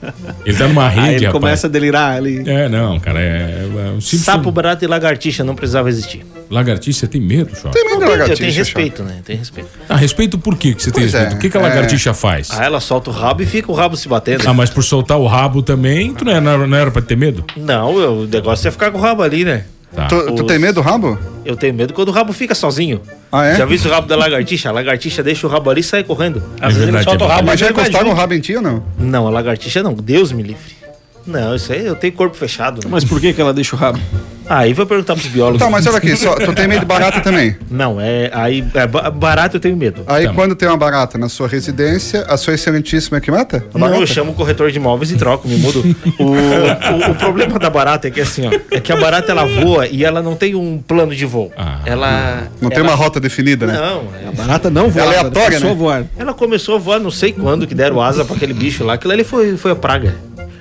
[SPEAKER 7] Ele tá numa rede,
[SPEAKER 10] Aí ele
[SPEAKER 7] rapaz.
[SPEAKER 10] começa a delirar ali.
[SPEAKER 7] É, não, cara. É, é um
[SPEAKER 8] Tipo
[SPEAKER 7] simples...
[SPEAKER 10] Sapo, barata e lagartixa não precisava existir.
[SPEAKER 7] Lagartixa, você tem medo, Chora?
[SPEAKER 10] Não,
[SPEAKER 8] né,
[SPEAKER 10] tem- Tem respeito, né? Tem respeito.
[SPEAKER 7] Ah, respeito por quê que você tem
[SPEAKER 10] Pois
[SPEAKER 7] respeito?
[SPEAKER 10] é,
[SPEAKER 7] o que, que a
[SPEAKER 10] é.
[SPEAKER 7] lagartixa faz?
[SPEAKER 10] Ah, é ela solta o rabo e fica o rabo se batendo.
[SPEAKER 8] Tá.
[SPEAKER 7] Ah, mas por soltar o rabo também, tu não era, não era pra ter medo?
[SPEAKER 10] Não, eu- o negócio é ficar com o rabo ali, né?
[SPEAKER 7] Tá.
[SPEAKER 8] Tu, tu
[SPEAKER 10] Os-
[SPEAKER 8] tem medo do rabo?
[SPEAKER 10] Eu tenho medo quando o rabo fica sozinho.
[SPEAKER 8] Ah, é?
[SPEAKER 10] Já viu o rabo da lagartixa? A lagartixa deixa o rabo ali e sai correndo.
[SPEAKER 7] É vezes ele verdade, solta é o rabo, verdade.
[SPEAKER 8] Mas
[SPEAKER 10] mas
[SPEAKER 8] já
[SPEAKER 10] ele vai
[SPEAKER 8] encostaram o
[SPEAKER 10] junto.
[SPEAKER 8] rabo em ti ou não?
[SPEAKER 10] Não, a lagartixa não. Deus me livre. Não, isso aí eu tenho corpo fechado. né? Ah,
[SPEAKER 11] Mas por que, que ela deixa o rabo?
[SPEAKER 7] É
[SPEAKER 10] Aí vou perguntar pros biólogos.
[SPEAKER 8] Tá, mas olha aqui, só, tu tem medo de barata também.
[SPEAKER 10] Não, é. Aí. É, ba- barato eu tenho medo.
[SPEAKER 8] Aí quando tem uma barata na sua residência, a sua excelentíssima é que mata? A
[SPEAKER 10] Não,
[SPEAKER 8] barata?
[SPEAKER 10] eu chamo o corretor de imóveis e troco, me mudo. O, o- o problema da barata é que assim, ó, é que a barata ela voa e ela não tem um plano de voo.
[SPEAKER 7] Ah.
[SPEAKER 10] ela
[SPEAKER 8] Não tem
[SPEAKER 10] ela-
[SPEAKER 8] uma rota definida, né?
[SPEAKER 10] Não, é-
[SPEAKER 11] A barata não voa.
[SPEAKER 8] É aleatória,
[SPEAKER 11] Ela começou
[SPEAKER 8] né?
[SPEAKER 11] a voar.
[SPEAKER 10] ela começou a voar, não sei quando que deram asa pra aquele bicho lá. Aquilo ali foi, foi a praga.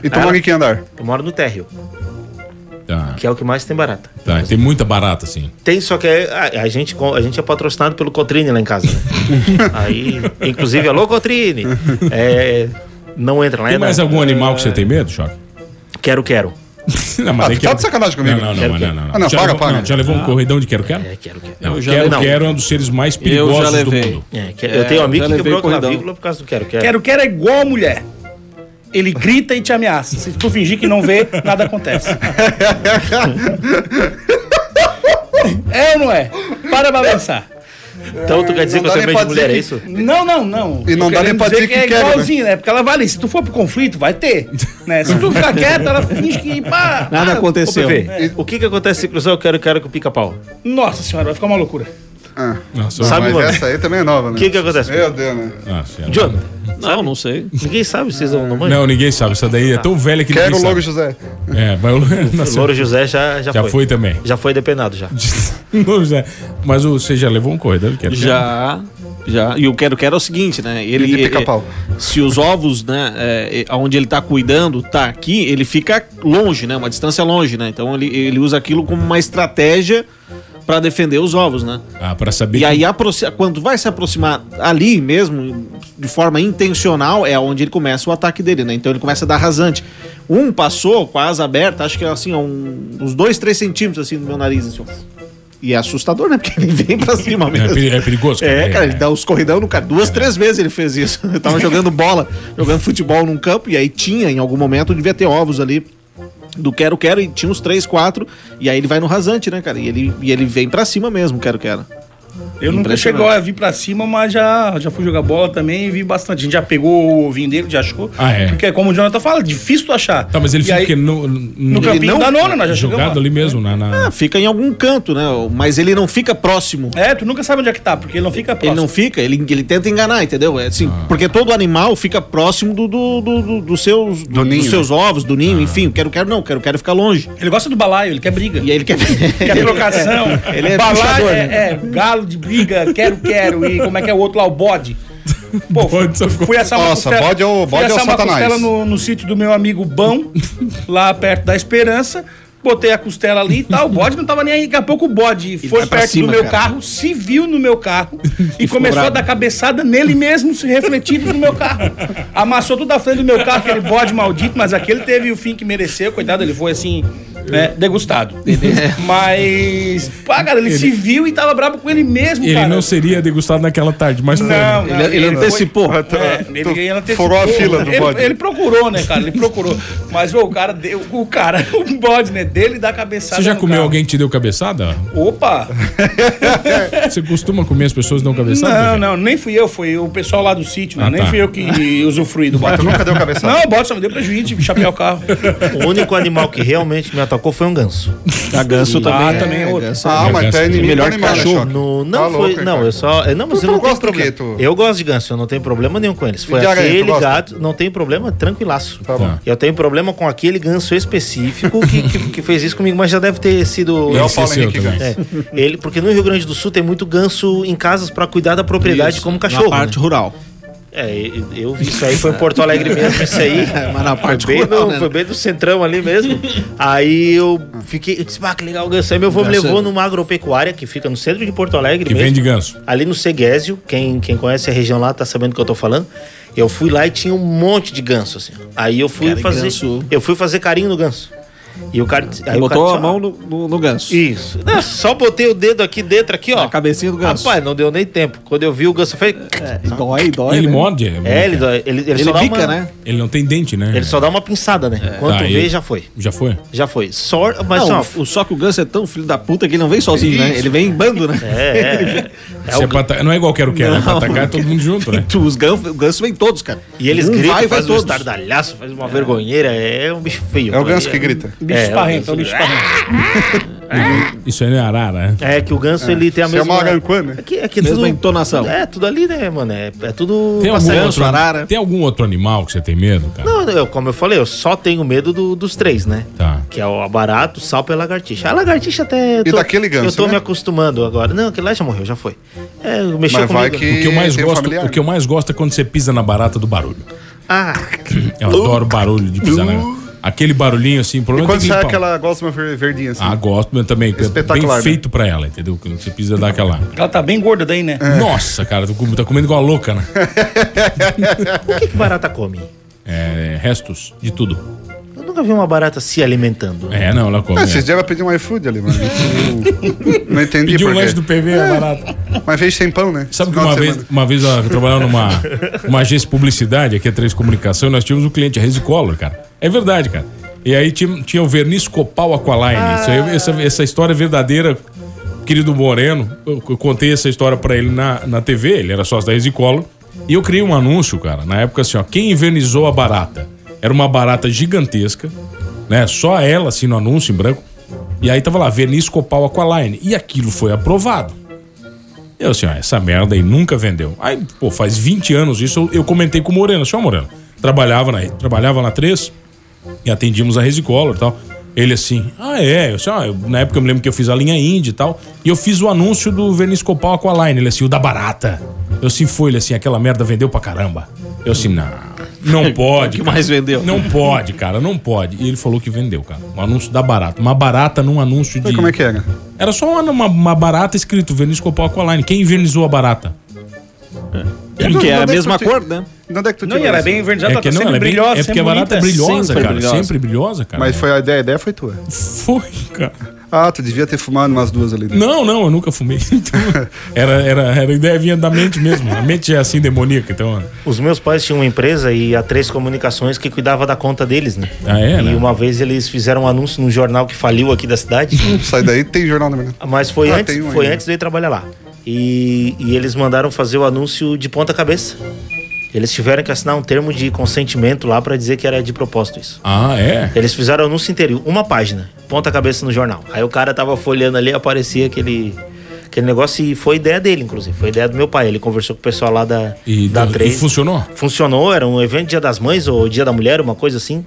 [SPEAKER 8] E tu
[SPEAKER 10] Ela-
[SPEAKER 8] mora em que andar?
[SPEAKER 10] Eu moro no térreo,
[SPEAKER 7] Tá,
[SPEAKER 10] que é o que mais tem barata.
[SPEAKER 7] tá. Tem muita barata, assim.
[SPEAKER 10] Tem, só que é- a, a gente, co- a gente é patrocinado pelo Cotrine lá em casa, né? Aí, inclusive, alô, Cotrine! É, não entra lá,
[SPEAKER 7] Tem
[SPEAKER 10] né?
[SPEAKER 7] mais algum animal que você tem medo, Choque?
[SPEAKER 10] Quero, quero.
[SPEAKER 7] Não,
[SPEAKER 8] Ah,
[SPEAKER 7] aí
[SPEAKER 8] tu
[SPEAKER 7] que-
[SPEAKER 8] tá de sacanagem comigo.
[SPEAKER 7] Não, não,
[SPEAKER 10] Quero,
[SPEAKER 7] não, não,
[SPEAKER 10] quero.
[SPEAKER 7] não, não.
[SPEAKER 8] Ah, não,
[SPEAKER 7] já
[SPEAKER 8] para,
[SPEAKER 7] levou,
[SPEAKER 8] para.
[SPEAKER 7] não, já levou um corridão de quero-quero?
[SPEAKER 10] É, quero, quero.
[SPEAKER 7] Não,
[SPEAKER 11] Eu já
[SPEAKER 7] quero,
[SPEAKER 10] levei.
[SPEAKER 7] quero é um dos seres mais perigosos
[SPEAKER 11] levei.
[SPEAKER 7] do mundo.
[SPEAKER 10] É, que-
[SPEAKER 11] É,
[SPEAKER 10] eu tenho um amigo
[SPEAKER 11] já
[SPEAKER 10] que
[SPEAKER 11] levei
[SPEAKER 10] quebrou a
[SPEAKER 11] corridão.
[SPEAKER 10] clavícula por causa do quero, quero.
[SPEAKER 9] Quero, quero é igual a mulher. Ele grita e te ameaça. Se tu fingir que não vê, nada acontece. é ou não é? Para pra pensar.
[SPEAKER 10] Então tu quer dizer
[SPEAKER 8] Não
[SPEAKER 10] que eu
[SPEAKER 8] dá
[SPEAKER 10] tenho
[SPEAKER 8] nem
[SPEAKER 10] medo de
[SPEAKER 8] pra dizer
[SPEAKER 10] mulher, é
[SPEAKER 8] que-
[SPEAKER 10] isso?
[SPEAKER 9] Não, não, não.
[SPEAKER 8] E não
[SPEAKER 9] Tô
[SPEAKER 8] dá
[SPEAKER 9] querendo
[SPEAKER 8] nem pra dizer que
[SPEAKER 9] é
[SPEAKER 8] quer, né?
[SPEAKER 9] igualzinho, né? Porque ela vale, se tu for pro conflito, vai ter. né? Se tu ficar quieto, ela finge que. Pá,
[SPEAKER 11] Nada
[SPEAKER 7] Ah,
[SPEAKER 9] pá.
[SPEAKER 11] aconteceu.
[SPEAKER 10] Ô, PV, É. o que que acontece se cruzar o quero, quero com o pica-pau?
[SPEAKER 9] Nossa senhora, vai ficar uma loucura.
[SPEAKER 8] Ah,
[SPEAKER 7] Nossa,
[SPEAKER 10] Sabe,
[SPEAKER 8] mas
[SPEAKER 10] mano?
[SPEAKER 8] essa aí também é nova,
[SPEAKER 10] O
[SPEAKER 8] né?
[SPEAKER 10] que que acontece?
[SPEAKER 8] Meu Deus, né?
[SPEAKER 7] nossa, ela-
[SPEAKER 10] Jonathan,
[SPEAKER 11] Não, não sei.
[SPEAKER 10] ninguém sabe, vocês não, não manjam.
[SPEAKER 7] é Não, ninguém sabe. Essa daí é tão velha que
[SPEAKER 8] Quero o
[SPEAKER 7] ninguém
[SPEAKER 8] Logo
[SPEAKER 7] sabe.
[SPEAKER 8] José.
[SPEAKER 7] É, mas o
[SPEAKER 10] O
[SPEAKER 7] nasceu-
[SPEAKER 10] Louro José já, já,
[SPEAKER 7] Já
[SPEAKER 10] foi.
[SPEAKER 7] foi também.
[SPEAKER 10] Já foi depenado, já.
[SPEAKER 7] Louro José. é. Mas o- você já levou um corredor? de quero-quero?
[SPEAKER 11] Já, já. E o quero quero é o seguinte, né? Ele
[SPEAKER 8] de pica-pau.
[SPEAKER 11] eh, Se os ovos, né, é, onde ele tá cuidando, tá aqui, ele fica longe, né? Uma distância longe, né? Então ele, ele usa aquilo como uma estratégia pra defender os ovos, né?
[SPEAKER 7] Ah, pra saber.
[SPEAKER 11] E aí,
[SPEAKER 7] que-
[SPEAKER 11] aproxi- quando vai se aproximar ali mesmo, de forma intencional, é onde ele começa o ataque dele, né? Então ele começa a dar rasante. Um passou com a asa aberta, acho que assim, ó, um- uns dois, três centímetros assim no meu nariz, assim, ó. E é assustador, né? Porque ele vem pra cima mesmo.
[SPEAKER 7] É peri- é perigoso, cara.
[SPEAKER 11] É, cara, ele
[SPEAKER 7] É.
[SPEAKER 11] dá os corridão no cara. Duas, três vezes ele fez isso. Eu tava jogando bola, jogando futebol num campo, e aí tinha, em algum momento, devia ter ovos ali do quero, quero, e tinha uns três, quatro, e aí ele vai no rasante, né, cara? E ele, e ele vem pra cima mesmo, quero, quero.
[SPEAKER 9] Eu nunca
[SPEAKER 11] Impressionante.
[SPEAKER 9] chegou a vir pra cima, mas já, já fui jogar bola também e vi bastante. A gente já pegou o ovinho dele, já achou.
[SPEAKER 7] Ah, é.
[SPEAKER 9] Porque, como o Jonathan fala, difícil tu achar.
[SPEAKER 7] Tá, mas ele
[SPEAKER 9] E
[SPEAKER 7] fica
[SPEAKER 9] aí,
[SPEAKER 7] que no,
[SPEAKER 9] no
[SPEAKER 7] no,
[SPEAKER 9] campinho
[SPEAKER 11] não-
[SPEAKER 9] da nona, nós já chegamos.
[SPEAKER 7] jogado
[SPEAKER 9] lá.
[SPEAKER 7] ali mesmo. Na, na-
[SPEAKER 11] Ah, fica em algum canto, né? Mas ele não fica próximo.
[SPEAKER 9] É, tu nunca sabe onde é que tá, porque ele não fica
[SPEAKER 11] Ele
[SPEAKER 9] próximo.
[SPEAKER 11] não fica, ele, ele tenta enganar, entendeu? É assim, porque todo animal fica próximo do, do, do, do- dos seus, do-
[SPEAKER 8] ninho,
[SPEAKER 11] dos seus ovos, do ninho, Ah. enfim. Quero, quero, não, quero, quero ficar longe.
[SPEAKER 9] Ele gosta do balaio, ele quer briga.
[SPEAKER 11] E aí ele quer.
[SPEAKER 9] Quer trocação.
[SPEAKER 11] Ele é
[SPEAKER 9] balaio,
[SPEAKER 11] puxador,
[SPEAKER 9] é,
[SPEAKER 8] né?
[SPEAKER 9] é, galo de briga, quero, quero. E como é que é o outro lá, o bode? Pô,
[SPEAKER 7] Bode só ficou-
[SPEAKER 9] fui assar uma
[SPEAKER 8] Nossa,
[SPEAKER 9] costela,
[SPEAKER 8] bode é o-
[SPEAKER 9] fui
[SPEAKER 8] bode é o
[SPEAKER 9] assar uma
[SPEAKER 8] Satanás.
[SPEAKER 9] costela no, no sítio do meu amigo Bão, lá perto da Esperança. Botei a costela ali e tal, o bode não tava nem aí. Daqui a pouco o bode foi
[SPEAKER 11] tá pra
[SPEAKER 9] perto
[SPEAKER 11] cima,
[SPEAKER 9] do meu
[SPEAKER 11] cara.
[SPEAKER 9] carro, se viu no meu carro e, começou
[SPEAKER 11] bravo.
[SPEAKER 9] a dar cabeçada nele mesmo, se refletindo no meu carro. Amassou toda a frente do meu carro, aquele bode maldito, mas aquele teve o fim que mereceu, coitado, ele foi assim, né, degustado. Mas, pá, cara, ele, se viu e tava brabo com ele mesmo,
[SPEAKER 7] ele
[SPEAKER 9] cara.
[SPEAKER 7] não seria degustado naquela tarde, mas foi.
[SPEAKER 9] Não,
[SPEAKER 7] né?
[SPEAKER 9] não,
[SPEAKER 11] Ele- ele
[SPEAKER 9] foi-
[SPEAKER 11] antecipou.
[SPEAKER 9] É, ele,
[SPEAKER 8] Ah, tá. Tu
[SPEAKER 9] ele antecipou.
[SPEAKER 8] furou a fila do
[SPEAKER 9] ele,
[SPEAKER 8] bode.
[SPEAKER 9] Ele procurou, né, cara? Ele procurou. Mas ô, o cara deu. O cara, o bode, né? Dele dá cabeçada.
[SPEAKER 7] Você já
[SPEAKER 9] no
[SPEAKER 7] comeu
[SPEAKER 9] cara.
[SPEAKER 7] alguém que te deu cabeçada?
[SPEAKER 9] Opa!
[SPEAKER 7] Você costuma comer as pessoas que dão cabeçada?
[SPEAKER 9] Não, não, nem fui eu, foi o pessoal lá do sítio, né?
[SPEAKER 7] Ah,
[SPEAKER 9] nem
[SPEAKER 7] tá.
[SPEAKER 9] fui eu que usufruí do bode.
[SPEAKER 8] Tu nunca deu cabeçada?
[SPEAKER 9] Não, o bode só me deu prejuízo de chapear o carro.
[SPEAKER 10] O único animal que realmente me atacou foi um ganso.
[SPEAKER 11] A ganso também.
[SPEAKER 9] Ah, também é outro.
[SPEAKER 8] Ah, mas tu é inimigo
[SPEAKER 11] Melhor
[SPEAKER 8] do animal, né,
[SPEAKER 11] cachorro.
[SPEAKER 8] Choque?
[SPEAKER 10] No, não
[SPEAKER 8] Tá
[SPEAKER 10] foi.
[SPEAKER 8] louco, hein,
[SPEAKER 10] não,
[SPEAKER 8] cara?
[SPEAKER 10] eu só. eu Não, mas
[SPEAKER 8] Tu-
[SPEAKER 10] eu
[SPEAKER 8] tu
[SPEAKER 10] não tenho
[SPEAKER 8] gosta do
[SPEAKER 10] problema.
[SPEAKER 8] quê, tu?
[SPEAKER 10] Eu gosto de ganso, eu não tenho problema nenhum com eles. Foi
[SPEAKER 8] de aranha, tu
[SPEAKER 10] aquele
[SPEAKER 8] gosta?
[SPEAKER 10] gato, não tem problema, tranquilaço.
[SPEAKER 8] Tá bom.
[SPEAKER 10] Eu tenho problema com aquele ganso específico que, que, que fez isso comigo, mas já deve ter sido.
[SPEAKER 7] Ele
[SPEAKER 8] É o Paulo
[SPEAKER 7] esqueceu
[SPEAKER 8] Henrique
[SPEAKER 7] também.
[SPEAKER 10] É, ele, porque no Rio Grande do Sul tem muito ganso em casas pra cuidar da propriedade
[SPEAKER 11] Isso,
[SPEAKER 10] como cachorro.
[SPEAKER 11] Na parte
[SPEAKER 10] né?
[SPEAKER 11] rural.
[SPEAKER 10] É, eu- eu vi isso aí, foi em Porto Alegre mesmo, isso aí.
[SPEAKER 11] É, Mas na parte
[SPEAKER 10] Foi bem,
[SPEAKER 11] rural,
[SPEAKER 10] no,
[SPEAKER 11] né?
[SPEAKER 10] foi bem no centrão ali mesmo. Aí eu fiquei, eu disse, ah, que legal o ganso. Aí meu avô me
[SPEAKER 11] Ganso é-
[SPEAKER 10] levou numa agropecuária que fica no centro de Porto Alegre
[SPEAKER 7] Que
[SPEAKER 10] É mesmo.
[SPEAKER 7] vende ganso.
[SPEAKER 10] Ali no Seguésio, quem, quem conhece a região lá tá sabendo do que eu tô falando. Eu fui lá e tinha um monte de ganso, assim. Aí eu fui
[SPEAKER 11] Cara,
[SPEAKER 10] fazer.
[SPEAKER 11] ganso.
[SPEAKER 10] Eu fui fazer carinho no ganso. E o cara. Aí
[SPEAKER 11] Botou
[SPEAKER 10] o cara disse,
[SPEAKER 11] a mão no, no- no ganso.
[SPEAKER 10] Isso. Não, só botei o dedo aqui dentro, aqui, ó.
[SPEAKER 11] Na cabecinha do ganso.
[SPEAKER 10] Rapaz, não deu nem tempo. Quando eu vi o ganso, eu falei.
[SPEAKER 11] Dói, dói.
[SPEAKER 7] ele
[SPEAKER 11] né?
[SPEAKER 7] morde?
[SPEAKER 10] É, ele, dói. ele, ele,
[SPEAKER 11] Ele
[SPEAKER 10] só dá
[SPEAKER 11] pica,
[SPEAKER 10] uma-
[SPEAKER 11] né? É.
[SPEAKER 7] Ele não tem dente, né?
[SPEAKER 10] Ele só dá uma pinçada, né? Quando
[SPEAKER 7] Tá,
[SPEAKER 10] vê,
[SPEAKER 7] ele-
[SPEAKER 10] já foi.
[SPEAKER 7] Já foi?
[SPEAKER 10] Já foi. Só, mas
[SPEAKER 11] Não,
[SPEAKER 10] ó,
[SPEAKER 11] o- só que o ganso é tão filho da puta que ele não vem sozinho, né? Ele vem em bando, né?
[SPEAKER 10] É, é. É
[SPEAKER 7] Se
[SPEAKER 10] o
[SPEAKER 7] é pra ata- Não é igual quero quero, é pra atacar é todo mundo junto, né?
[SPEAKER 11] Os ganso, o ganso vem todos, cara.
[SPEAKER 10] E eles
[SPEAKER 11] Um
[SPEAKER 10] gritam,
[SPEAKER 11] vai, vai
[SPEAKER 10] faz um
[SPEAKER 11] todos.
[SPEAKER 10] estardalhaço, faz uma vergonheira. É um bicho feio.
[SPEAKER 8] É o ganso que grita.
[SPEAKER 9] Bicho
[SPEAKER 10] É,
[SPEAKER 9] esparrento, é
[SPEAKER 10] eu-
[SPEAKER 9] o bicho esparrento.
[SPEAKER 7] Isso aí não é arara, né?
[SPEAKER 10] É que o ganso, ele tem a
[SPEAKER 8] Isso é
[SPEAKER 10] mesma...
[SPEAKER 8] uma aranquã, né?
[SPEAKER 10] É que, é que
[SPEAKER 11] Mesma
[SPEAKER 10] tudo,
[SPEAKER 11] entonação.
[SPEAKER 10] É, tudo ali, né, mano? É, é tudo...
[SPEAKER 7] Tem algum,
[SPEAKER 10] passarinho.
[SPEAKER 7] outro,
[SPEAKER 11] arara.
[SPEAKER 7] tem algum outro animal que você tem medo, cara?
[SPEAKER 10] Não, eu, como eu falei, eu só tenho medo do- dos três, né?
[SPEAKER 7] Tá.
[SPEAKER 10] Que é o barato, o salpo e a lagartixa. A lagartixa até...
[SPEAKER 8] E daquele ganso,
[SPEAKER 10] Eu tô
[SPEAKER 8] né?
[SPEAKER 10] me acostumando agora. Não, aquele lá já morreu, já foi. É, mexeu
[SPEAKER 8] Mas
[SPEAKER 10] comigo.
[SPEAKER 8] vai
[SPEAKER 7] O que, eu mais
[SPEAKER 8] tem um
[SPEAKER 7] gosto,
[SPEAKER 8] familiar.
[SPEAKER 7] o que eu mais gosto é quando você pisa na barata do barulho.
[SPEAKER 10] Ah,
[SPEAKER 7] Eu adoro barulho de pisar na. Aquele barulhinho assim, o
[SPEAKER 8] E
[SPEAKER 7] problema é
[SPEAKER 8] quando
[SPEAKER 7] que
[SPEAKER 8] sai
[SPEAKER 7] limpa-
[SPEAKER 8] aquela gosma ver- verdinha assim?
[SPEAKER 7] Ah, gosto mas também. que é Bem
[SPEAKER 8] Espetacular, né?
[SPEAKER 7] feito pra ela, entendeu? Que Você precisa dar aquela.
[SPEAKER 9] Ela tá bem gorda daí, né?
[SPEAKER 8] É.
[SPEAKER 7] Nossa, cara, tu com- tá comendo igual a louca, né?
[SPEAKER 10] o que que barata come?
[SPEAKER 7] É, restos de tudo.
[SPEAKER 10] Eu nunca vi uma barata se alimentando.
[SPEAKER 7] É, não, ela come.
[SPEAKER 8] Ah,
[SPEAKER 7] é.
[SPEAKER 8] esses dias ela pediu um iFood ali, mano. não entendi
[SPEAKER 7] Pediu um
[SPEAKER 8] por quê.
[SPEAKER 7] lanche do PV, é barato.
[SPEAKER 8] Mas fez sem pão, né?
[SPEAKER 7] Sabe que
[SPEAKER 8] Final
[SPEAKER 7] uma
[SPEAKER 8] de
[SPEAKER 7] vez,
[SPEAKER 8] semana.
[SPEAKER 7] uma vez ó, eu trabalhava numa uma agência de publicidade, aqui a Três Comunicação, e nós tínhamos um cliente, a Resicolor, cara. É verdade, cara. E aí tinha, tinha o verniz Copal Aqualine. Isso aí- essa, essa história é verdadeira, querido Moreno. Eu, eu contei essa história pra ele na, na TV, ele era sócio da Resicolor. E eu criei um anúncio, cara, na época assim, ó, quem invernizou a barata? Era uma barata gigantesca, né? Só ela, assim, no anúncio em branco. E aí tava lá, verniz Copal Aqualine. E aquilo foi aprovado. Eu assim, ó, essa merda aí nunca vendeu. Aí, pô, faz 20 anos isso, eu, eu comentei com o Moreno, senhor Moreno. Trabalhava na, trabalhava na 3 e atendíamos a Resicolor e tal. Ele assim, ah é, eu, assim, ó, eu- na época eu me lembro que eu fiz a linha Indy e tal, e eu fiz o anúncio do verniz Copal Aqualine, ele assim, o da barata. Eu assim, foi, ele assim, aquela merda vendeu pra caramba. Eu assim, não, não pode.
[SPEAKER 11] O É, que
[SPEAKER 7] cara.
[SPEAKER 11] mais vendeu?
[SPEAKER 7] Não pode, cara, não pode. E ele falou que vendeu, cara, um anúncio da barata. Uma barata num anúncio de...
[SPEAKER 8] E como é que era?
[SPEAKER 7] Era só uma, uma, uma barata escrito verniz Copal Aqualine. Quem invernizou a barata?
[SPEAKER 11] Porque é a
[SPEAKER 8] Onde que
[SPEAKER 11] mesma
[SPEAKER 8] tu-
[SPEAKER 11] cor, né?
[SPEAKER 8] Onde é que tu
[SPEAKER 9] Não,
[SPEAKER 8] tirou
[SPEAKER 9] e ela é
[SPEAKER 8] isso?
[SPEAKER 9] bem envernizada,
[SPEAKER 7] é
[SPEAKER 9] ela
[SPEAKER 7] que
[SPEAKER 9] tá
[SPEAKER 7] não, ela
[SPEAKER 9] sempre
[SPEAKER 7] é bem,
[SPEAKER 9] brilhosa,
[SPEAKER 7] é porque a
[SPEAKER 9] sempre
[SPEAKER 7] barata é
[SPEAKER 9] bonita.
[SPEAKER 7] brilhosa,
[SPEAKER 11] sempre
[SPEAKER 7] cara.
[SPEAKER 11] brilhosa.
[SPEAKER 7] Sempre brilhosa, cara.
[SPEAKER 8] Mas foi a ideia, a ideia foi tua.
[SPEAKER 7] foi, cara.
[SPEAKER 8] Ah, tu devia ter fumado umas duas ali. né? dentro.
[SPEAKER 7] Não, não, eu nunca fumei. Então, era, era, era a ideia vinha da mente mesmo. A mente é assim demoníaca, então.
[SPEAKER 10] Os meus pais tinham uma empresa e a Três Comunicações que cuidava da conta deles, né?
[SPEAKER 7] Ah, é,
[SPEAKER 10] E
[SPEAKER 7] né?
[SPEAKER 10] uma vez eles fizeram um anúncio num jornal que faliu aqui da cidade,
[SPEAKER 8] Sai daí, tem jornal na manhã.
[SPEAKER 10] mas foi
[SPEAKER 8] Ah,
[SPEAKER 10] antes,
[SPEAKER 8] tem um
[SPEAKER 10] foi
[SPEAKER 8] ainda.
[SPEAKER 10] antes de eu ir trabalhar lá. E, e eles mandaram fazer o anúncio de ponta cabeça. Eles tiveram que assinar um termo de consentimento lá pra dizer que era de propósito isso.
[SPEAKER 7] Ah, é?
[SPEAKER 10] Eles fizeram o anúncio inteiro, uma página, ponta cabeça no jornal. Aí o cara tava folheando ali, aparecia aquele aquele negócio e foi ideia dele, inclusive, foi ideia do meu pai. Ele conversou com o pessoal lá da
[SPEAKER 7] E,
[SPEAKER 10] da
[SPEAKER 7] deu- e
[SPEAKER 10] Três.
[SPEAKER 7] funcionou?
[SPEAKER 10] Funcionou, era um evento Dia das Mães ou Dia da Mulher, uma coisa assim.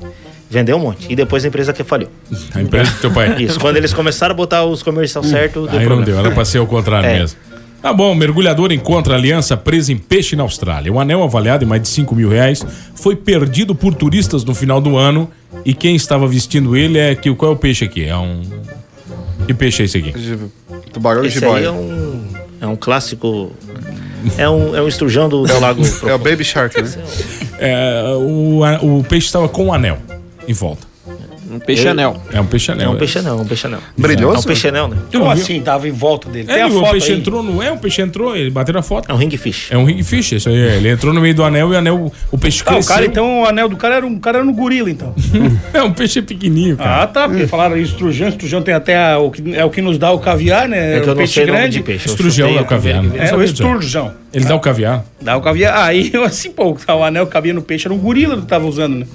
[SPEAKER 10] Vendeu um monte. E depois a empresa que faliu.
[SPEAKER 7] A empresa do teu pai.
[SPEAKER 10] Isso, quando eles começaram a botar os comercial certo, deu
[SPEAKER 7] Hum. Aí não
[SPEAKER 10] problema.
[SPEAKER 7] deu, era pra ser o contrário
[SPEAKER 10] É.
[SPEAKER 7] mesmo. Tá bom, mergulhador encontra aliança presa em peixe na Austrália. O anel avaliado em mais de 5 mil reais foi perdido por turistas no final do ano. E quem estava vestindo ele é que. Qual é o peixe aqui? É um. Que peixe é esse aqui?
[SPEAKER 8] Gi- Tubarão e
[SPEAKER 10] Esse aí é
[SPEAKER 8] jiboia.
[SPEAKER 10] um, é um clássico. É um, é um esturjão do, do Lago.
[SPEAKER 8] É o Baby Shark, né?
[SPEAKER 7] É, o, a- o peixe estava com o anel em volta.
[SPEAKER 11] Um peixe anel.
[SPEAKER 7] É um peixe
[SPEAKER 10] É
[SPEAKER 7] anel.
[SPEAKER 10] um peixe não, é um peixe não.
[SPEAKER 8] Brilhoso?
[SPEAKER 10] É um peixe não, né?
[SPEAKER 7] Tu não
[SPEAKER 9] Como
[SPEAKER 7] viu?
[SPEAKER 9] assim? Tava em volta dele.
[SPEAKER 7] É,
[SPEAKER 9] Tem a
[SPEAKER 7] o
[SPEAKER 9] foto
[SPEAKER 7] peixe
[SPEAKER 9] aí.
[SPEAKER 7] entrou, não é? O peixe entrou, ele bateu na
[SPEAKER 10] É
[SPEAKER 7] foto.
[SPEAKER 10] um ringfish.
[SPEAKER 7] É um ringfish, isso aí. é. Ele entrou no meio do anel e o anel. O peixe
[SPEAKER 9] Ah, o
[SPEAKER 7] cresceu.
[SPEAKER 9] cara, então, o anel do cara era um, o cara era um gorila, então.
[SPEAKER 7] É um peixe pequenininho, cara.
[SPEAKER 9] Ah, tá, porque falaram isso, estrujão, estrujão tem até a- o que, é o que nos dá o caviar, né?
[SPEAKER 10] É que eu
[SPEAKER 9] o
[SPEAKER 10] não
[SPEAKER 9] peixe
[SPEAKER 10] sei o nome
[SPEAKER 9] grande.
[SPEAKER 10] de peixe. eu
[SPEAKER 7] Estrujão
[SPEAKER 10] chutei
[SPEAKER 7] é o caviar, né?
[SPEAKER 9] É, o
[SPEAKER 7] Sabe disso?
[SPEAKER 9] esturjão.
[SPEAKER 7] Ele dá o caviar.
[SPEAKER 9] Dá o caviar. Aí eu assim, pô, o anel que cabia no peixe era um gorila que tava usando, né?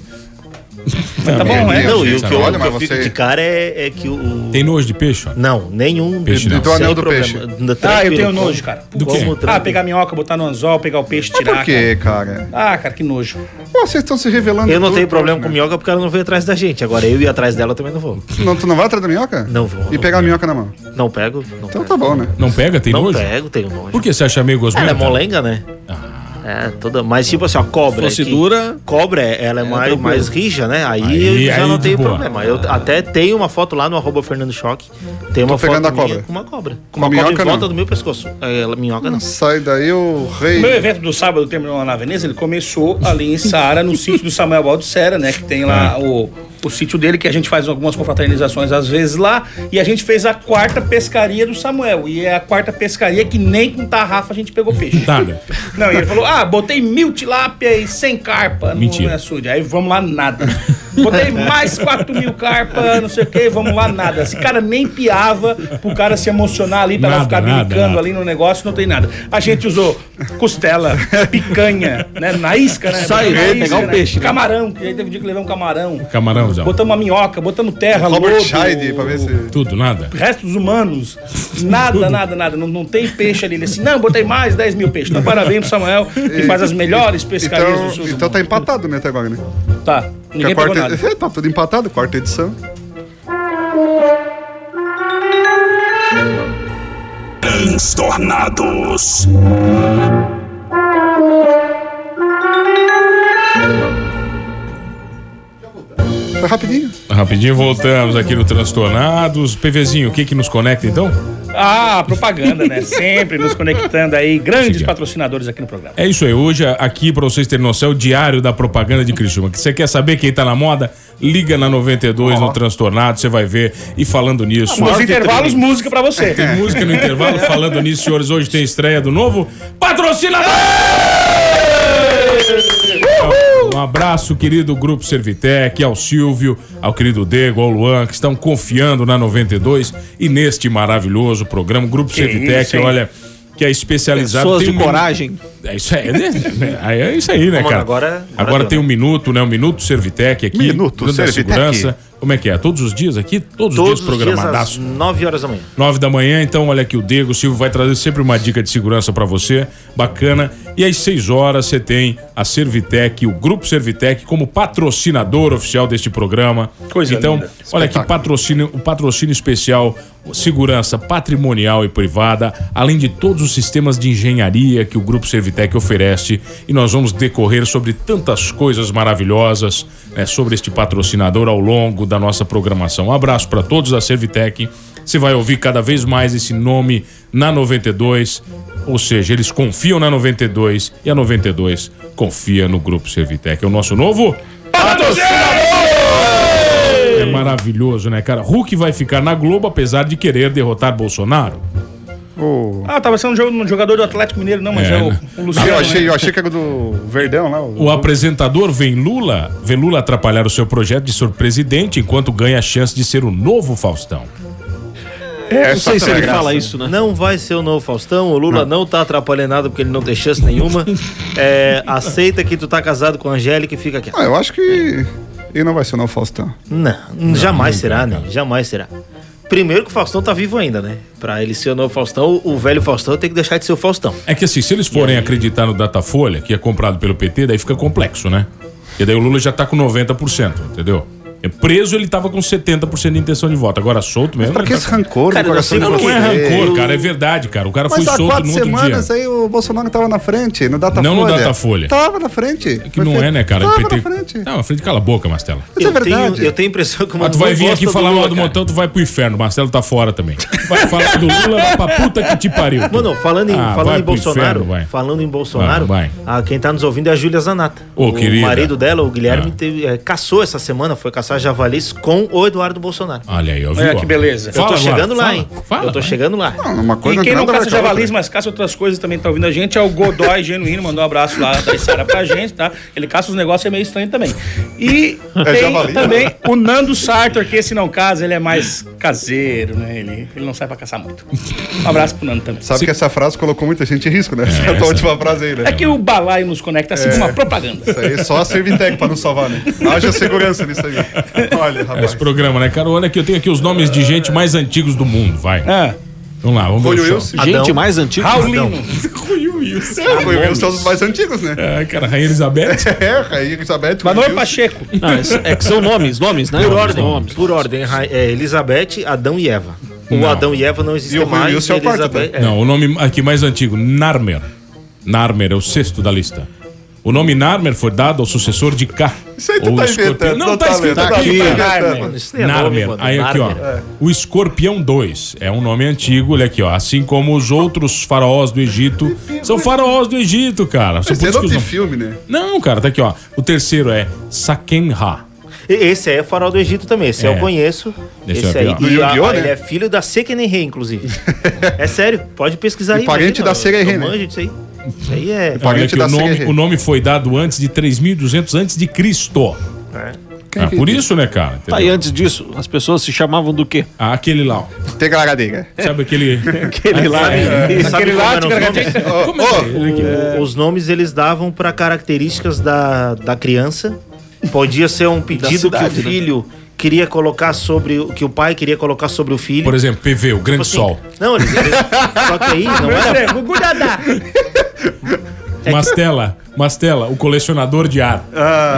[SPEAKER 9] Mas tá bom, né?
[SPEAKER 10] um Não, e o
[SPEAKER 7] Sabe?
[SPEAKER 10] que eu,
[SPEAKER 8] é. Olha,
[SPEAKER 10] o que
[SPEAKER 8] mas
[SPEAKER 10] eu fico
[SPEAKER 8] você-
[SPEAKER 10] de cara é, é que o.
[SPEAKER 7] Tem nojo de peixe? ó?
[SPEAKER 10] Não, nenhum
[SPEAKER 7] Peixe não.
[SPEAKER 8] Do anel do
[SPEAKER 10] problema.
[SPEAKER 8] peixe.
[SPEAKER 9] Ah, eu
[SPEAKER 10] Tranquilo,
[SPEAKER 9] tenho
[SPEAKER 10] como-
[SPEAKER 9] nojo, cara.
[SPEAKER 7] Do quê?
[SPEAKER 10] como
[SPEAKER 9] Ah,
[SPEAKER 10] tranquilo.
[SPEAKER 9] pegar minhoca, botar no anzol, pegar o peixe, tirar.
[SPEAKER 8] Por quê, cara?
[SPEAKER 9] cara. Ah, cara, que nojo.
[SPEAKER 8] Pô, vocês estão se revelando.
[SPEAKER 10] Eu não
[SPEAKER 8] tudo,
[SPEAKER 10] tenho problema
[SPEAKER 8] né?
[SPEAKER 10] com minhoca porque ela não veio atrás da gente. Agora eu ir atrás dela eu também não vou.
[SPEAKER 8] Não, tu não vai atrás da minhoca?
[SPEAKER 10] Não vou.
[SPEAKER 8] E pegar a minhoca na mão.
[SPEAKER 10] Não pego. Não
[SPEAKER 8] Então
[SPEAKER 10] pego.
[SPEAKER 8] tá bom, né?
[SPEAKER 7] Não pega? Tem
[SPEAKER 10] Não
[SPEAKER 7] nojo?
[SPEAKER 10] pego, tenho nojo.
[SPEAKER 7] Por que você acha meio
[SPEAKER 10] É, Ela
[SPEAKER 7] gosmento?
[SPEAKER 11] Ah.
[SPEAKER 10] é molenga, né? É, toda. Mas tipo assim, a cobra.
[SPEAKER 11] Se fosse
[SPEAKER 10] que-
[SPEAKER 11] dura-
[SPEAKER 10] Cobra, ela é, mais,
[SPEAKER 11] tranquilo.
[SPEAKER 10] mais rija, né? Aí,
[SPEAKER 11] Aí-
[SPEAKER 10] eu já
[SPEAKER 11] aí
[SPEAKER 10] não
[SPEAKER 11] de
[SPEAKER 10] tenho
[SPEAKER 11] boa. Ah.
[SPEAKER 10] problema. Eu até tenho uma foto lá no arroba Fernando Choque. Tem
[SPEAKER 8] Tô
[SPEAKER 10] uma foto
[SPEAKER 8] pegando a
[SPEAKER 10] minha
[SPEAKER 8] cobra.
[SPEAKER 10] com uma cobra. Com
[SPEAKER 8] Uma
[SPEAKER 10] uma cobra em
[SPEAKER 8] minhoca,
[SPEAKER 10] volta
[SPEAKER 8] não.
[SPEAKER 10] do meu pescoço. É, ela- minhoca não.
[SPEAKER 8] Sai daí o
[SPEAKER 9] O
[SPEAKER 8] rei.
[SPEAKER 9] meu evento do sábado que terminou lá na Veneza, ele começou ali em Saara, no sítio do Samuel Baldissera, né? Que tem lá o, o sítio dele, que a gente faz algumas confraternizações às vezes lá. E a gente fez a quarta pescaria do Samuel. E é a quarta pescaria que nem com tarrafa a gente pegou peixe.
[SPEAKER 7] Nada.
[SPEAKER 9] Não, e ele falou, ah, botei mil tilápia e 100 carpa no
[SPEAKER 7] Mentira.
[SPEAKER 9] açude. Aí vamos lá, nada. Botei mais 4 mil carpa, não sei o que, vamos lá, nada. Esse cara nem piava pro cara se emocionar ali, pra ela
[SPEAKER 7] Nada,
[SPEAKER 9] ficar
[SPEAKER 7] nada,
[SPEAKER 9] brincando
[SPEAKER 7] nada.
[SPEAKER 9] ali no negócio, não tem nada. A gente usou costela, picanha, né, na isca, né?
[SPEAKER 7] Só isso,
[SPEAKER 9] na isca,
[SPEAKER 7] pegar o peixe, né?
[SPEAKER 9] Camarão, que aí teve dia que levar um camarão.
[SPEAKER 7] Camarãozão.
[SPEAKER 9] Botamos uma minhoca, botamos terra,
[SPEAKER 7] Robert
[SPEAKER 9] lodo,
[SPEAKER 7] Scheid, pra ver se- Tudo, nada.
[SPEAKER 9] restos humanos, nada, nada, nada. Não, não tem peixe ali. Ele assim, não, botei mais 10 mil peixes. Então, parabéns pro Samuel, que faz as melhores pescarias
[SPEAKER 8] então,
[SPEAKER 9] do sul. do
[SPEAKER 8] Então tá empatado, né, até agora, né?
[SPEAKER 9] Tá.
[SPEAKER 8] Que a quarta- tá tudo empatado, quarta edição.
[SPEAKER 5] Transtornados.
[SPEAKER 8] Foi Tá rapidinho.
[SPEAKER 7] Rapidinho voltamos aqui no Transtornados. PVzinho, o que que nos conecta então?
[SPEAKER 9] Ah, propaganda, né? Sempre nos conectando aí. Grandes patrocinadores aqui no programa.
[SPEAKER 7] É isso aí. Hoje, a- aqui, pra vocês terem noção, é o diário da propaganda de Criciúma. Que Você quer saber quem tá na moda? Liga na 92 no Transtornado, você vai ver. E falando nisso.
[SPEAKER 9] Nos intervalos, música pra você.
[SPEAKER 7] Tem música no intervalo. Falando nisso, senhores, hoje tem estreia do novo patrocinador! Um abraço, querido Grupo Servitec, ao Silvio, ao querido Dego, ao Luan, que estão confiando na 92 e neste maravilhoso programa. Grupo
[SPEAKER 11] Que
[SPEAKER 7] Servitec,
[SPEAKER 11] isso, hein?
[SPEAKER 7] olha, que é especializado.
[SPEAKER 11] Pessoas de
[SPEAKER 7] um minu-
[SPEAKER 11] coragem.
[SPEAKER 7] É isso aí, né? Aí é isso aí, né,
[SPEAKER 11] Vamos,
[SPEAKER 7] cara?
[SPEAKER 11] agora-
[SPEAKER 7] Agora,
[SPEAKER 11] agora deu,
[SPEAKER 7] tem um minuto, né? Um minuto Servitec aqui.
[SPEAKER 10] Minuto
[SPEAKER 7] Minuto da
[SPEAKER 10] Servitec.
[SPEAKER 7] segurança. Como é que é? Todos os dias aqui? Todos, os dias
[SPEAKER 10] às
[SPEAKER 7] programadaço.
[SPEAKER 10] 9 horas da manhã.
[SPEAKER 7] 9 da manhã, então olha aqui o Diego Silvio vai trazer sempre uma dica de segurança pra você, bacana. E às 6 horas você tem a Servitec, o Grupo Servitec como patrocinador oficial deste programa.
[SPEAKER 9] Coisa
[SPEAKER 7] então,
[SPEAKER 9] linda.
[SPEAKER 7] olha que patrocínio, o patrocínio especial segurança patrimonial e privada, além de todos os sistemas de engenharia que o Grupo Servitec oferece, e nós vamos decorrer sobre tantas coisas maravilhosas, né, sobre este patrocinador ao longo da nossa programação. Um abraço para todos da Servitec. Você vai ouvir cada vez mais esse nome na 92, ou seja, eles confiam na 92 e a 92 confia no Grupo Servitec. É o nosso novo é maravilhoso, né, cara? Hulk vai ficar na Globo apesar de querer derrotar Bolsonaro.
[SPEAKER 9] Ah, tava sendo um jogo- um jogador do Atlético Mineiro, não, mas
[SPEAKER 7] É,
[SPEAKER 9] é, o,
[SPEAKER 7] né?
[SPEAKER 9] o Luciano.
[SPEAKER 8] eu, achei,
[SPEAKER 9] né?
[SPEAKER 8] eu achei que era do Verdão lá. o-
[SPEAKER 7] O apresentador vem Lula, vê Lula atrapalhar o seu projeto de ser presidente enquanto ganha a chance de ser o novo Faustão.
[SPEAKER 10] É,
[SPEAKER 7] Não sei só se pela ele graça, fala né? isso,
[SPEAKER 10] né? Não vai ser o novo Faustão. O Lula não, tá atrapalhando nada porque ele não tem chance nenhuma. É, aceita que tu tá casado com a Angélica e fica aqui.
[SPEAKER 8] Ah, eu acho que. Ele não vai ser o novo Faustão.
[SPEAKER 10] Não, jamais será, né? Jamais será. Primeiro que o Faustão tá vivo ainda, né? Pra ele ser o novo Faustão, o velho Faustão tem que deixar de ser o Faustão.
[SPEAKER 7] É que assim, se eles forem acreditar no Datafolha, que é comprado pelo PT, daí fica complexo, né? E daí o Lula já tá com 90%, entendeu? É, Preso ele tava com 70% de intenção de voto. Agora solto mesmo.
[SPEAKER 8] Pra que
[SPEAKER 7] ele
[SPEAKER 8] esse rancor
[SPEAKER 7] tá Cara,
[SPEAKER 8] no coração
[SPEAKER 7] não,
[SPEAKER 8] de
[SPEAKER 7] não é
[SPEAKER 8] vocês?
[SPEAKER 7] rancor, cara, é verdade, cara. O cara
[SPEAKER 8] Mas
[SPEAKER 7] foi
[SPEAKER 8] há
[SPEAKER 7] solto
[SPEAKER 8] quatro
[SPEAKER 7] no outro
[SPEAKER 8] semanas
[SPEAKER 7] dia.
[SPEAKER 8] aí o Bolsonaro tava na frente, no Datafolha.
[SPEAKER 7] Não no Datafolha.
[SPEAKER 8] Tava na frente.
[SPEAKER 7] Que não é, né, cara?
[SPEAKER 8] Tava
[SPEAKER 7] PT...
[SPEAKER 8] na frente.
[SPEAKER 7] Não, a frente cala a boca, Marcelo.
[SPEAKER 8] Mas é verdade.
[SPEAKER 10] Tenho- eu tenho a impressão que o
[SPEAKER 7] Mas Ah, tu
[SPEAKER 10] Manu
[SPEAKER 7] vai
[SPEAKER 10] não
[SPEAKER 7] vir
[SPEAKER 10] gosta
[SPEAKER 7] aqui
[SPEAKER 10] do
[SPEAKER 7] falar
[SPEAKER 10] Lula,
[SPEAKER 7] mal do
[SPEAKER 10] cara.
[SPEAKER 7] montão, tu vai pro inferno. Marcelo tá fora também. Vai falar do Lula, vai pra puta que te pariu.
[SPEAKER 10] Mano, falando em,
[SPEAKER 7] Ah,
[SPEAKER 10] falando
[SPEAKER 7] vai
[SPEAKER 10] em
[SPEAKER 7] pro
[SPEAKER 10] Bolsonaro,
[SPEAKER 7] inferno, vai.
[SPEAKER 10] falando em Bolsonaro,
[SPEAKER 7] Vai,
[SPEAKER 10] ah, quem tá nos ouvindo é a Júlia Zanata.
[SPEAKER 7] Ô,
[SPEAKER 10] o
[SPEAKER 7] querida. Ah.
[SPEAKER 10] marido dela, o Guilherme, teve, eh, caçou essa semana, foi caçar javalis com o Eduardo Bolsonaro.
[SPEAKER 7] Olha aí, ó,
[SPEAKER 9] Olha que beleza.
[SPEAKER 10] Eu tô chegando lá, hein? eu tô chegando lá.
[SPEAKER 8] uma
[SPEAKER 9] e quem não caça javalis, mas caça outras coisas também tá ouvindo a gente, é o Godoy Genuíno, mandou um abraço lá da Isara pra gente, tá? Ele caça os negócios é meio estranho também. E
[SPEAKER 10] É
[SPEAKER 9] tem
[SPEAKER 10] javali.
[SPEAKER 9] também o Nando Sartor, que esse não casa, ele é mais caseiro, né? Ele, ele não sai pra caçar muito. Um abraço pro Nando também.
[SPEAKER 8] Sabe que essa frase colocou muita gente em risco, né? Essa é a
[SPEAKER 7] essa-
[SPEAKER 8] tua última frase aí, né?
[SPEAKER 9] É que o balaio nos conecta assim
[SPEAKER 8] É.
[SPEAKER 9] com uma propaganda.
[SPEAKER 8] Isso aí, é só a Servitec pra nos salvar, né? Haja segurança nisso aí. Olha, rapaz.
[SPEAKER 7] Esse programa, né, cara? Olha aqui, eu tenho aqui os nomes de gente mais antigos do mundo, vai. Vamos lá, vamos ver o show.
[SPEAKER 11] Gente mais antiga.
[SPEAKER 7] Raulino. Rui Wilson.
[SPEAKER 8] Ah, Rui Wilson é um dos mais antigos, né?
[SPEAKER 7] É, cara, Rainha Elizabeth.
[SPEAKER 8] É, Rainha Elizabeth.
[SPEAKER 9] Manoel Pacheco.
[SPEAKER 11] Não, é que são nomes, nomes, né?
[SPEAKER 10] Por
[SPEAKER 11] Nomes,
[SPEAKER 10] ordem,
[SPEAKER 11] nomes.
[SPEAKER 10] por ordem, Ra- é, Elizabeth, Adão e Eva. O
[SPEAKER 7] Não.
[SPEAKER 10] Adão e Eva não existem mais. Elizabeth, é.
[SPEAKER 7] Não, o nome aqui mais antigo, Narmer. Narmer é o sexto da lista. O nome Narmer foi dado ao sucessor de K.
[SPEAKER 4] Isso aí tu
[SPEAKER 7] ou
[SPEAKER 4] tá
[SPEAKER 7] escorpião.
[SPEAKER 4] inventando,
[SPEAKER 7] Não,
[SPEAKER 4] tu
[SPEAKER 7] tá,
[SPEAKER 4] tá
[SPEAKER 7] escrito
[SPEAKER 4] inventando,
[SPEAKER 7] aqui.
[SPEAKER 4] tu tá
[SPEAKER 7] Narmer.
[SPEAKER 4] inventando. Isso não é
[SPEAKER 7] Narmer.
[SPEAKER 4] nome, mano.
[SPEAKER 7] Aí aqui, ó.
[SPEAKER 4] Narmer.
[SPEAKER 7] O Escorpião 2 é um nome antigo, olha aqui, ó. Assim como os outros faraós do Egito. São faraós do Egito, cara. Só
[SPEAKER 8] Mas
[SPEAKER 7] por
[SPEAKER 8] é
[SPEAKER 7] isso que
[SPEAKER 8] nome
[SPEAKER 7] os
[SPEAKER 8] de
[SPEAKER 7] nomes-
[SPEAKER 8] filme, né?
[SPEAKER 7] Não, cara, tá aqui, ó. O terceiro é Sakenra.
[SPEAKER 10] E- Esse aí é farol do Egito também. Esse
[SPEAKER 7] É.
[SPEAKER 10] eu conheço.
[SPEAKER 7] Esse
[SPEAKER 10] Esse,
[SPEAKER 7] é
[SPEAKER 10] aí.
[SPEAKER 7] pior.
[SPEAKER 10] E
[SPEAKER 7] Do
[SPEAKER 10] a,
[SPEAKER 7] Yu-Gi-Oh, né?
[SPEAKER 10] Ele é filho da Sekenenhe, inclusive. é sério, pode pesquisar
[SPEAKER 7] E
[SPEAKER 10] aí.
[SPEAKER 7] parente da Sekenenhe,
[SPEAKER 10] Eu
[SPEAKER 7] né?
[SPEAKER 10] manjo disso aí. Isso aí é.
[SPEAKER 7] Olha aqui, o, nome, o nome foi dado antes de 3.200 antes de Cristo.
[SPEAKER 10] É.
[SPEAKER 7] É, por isso, né, cara? Entendeu?
[SPEAKER 11] Tá, e antes disso, as pessoas se chamavam do quê?
[SPEAKER 7] Ah, aquele lá.
[SPEAKER 8] Tegaragadeira.
[SPEAKER 7] Sabe aquele. É.
[SPEAKER 10] aquele
[SPEAKER 11] lá.
[SPEAKER 7] né?
[SPEAKER 10] Sabe- é sabe
[SPEAKER 11] Aquele
[SPEAKER 10] como
[SPEAKER 11] lá,
[SPEAKER 10] eram os
[SPEAKER 11] tigra-
[SPEAKER 10] nomes?
[SPEAKER 11] tigra- Como
[SPEAKER 10] Ô, ô, Os nomes eles davam para características da, da criança. Podia ser um pedido
[SPEAKER 7] cidade,
[SPEAKER 10] que o
[SPEAKER 7] né?
[SPEAKER 10] filho queria colocar sobre o que o pai queria colocar sobre o filho.
[SPEAKER 7] Por exemplo, PV, o
[SPEAKER 10] Tipo assim,
[SPEAKER 7] Grande Sol.
[SPEAKER 10] Não, eles, eles- só que aí não era.
[SPEAKER 7] Mastela, Mastela, o colecionador de ar.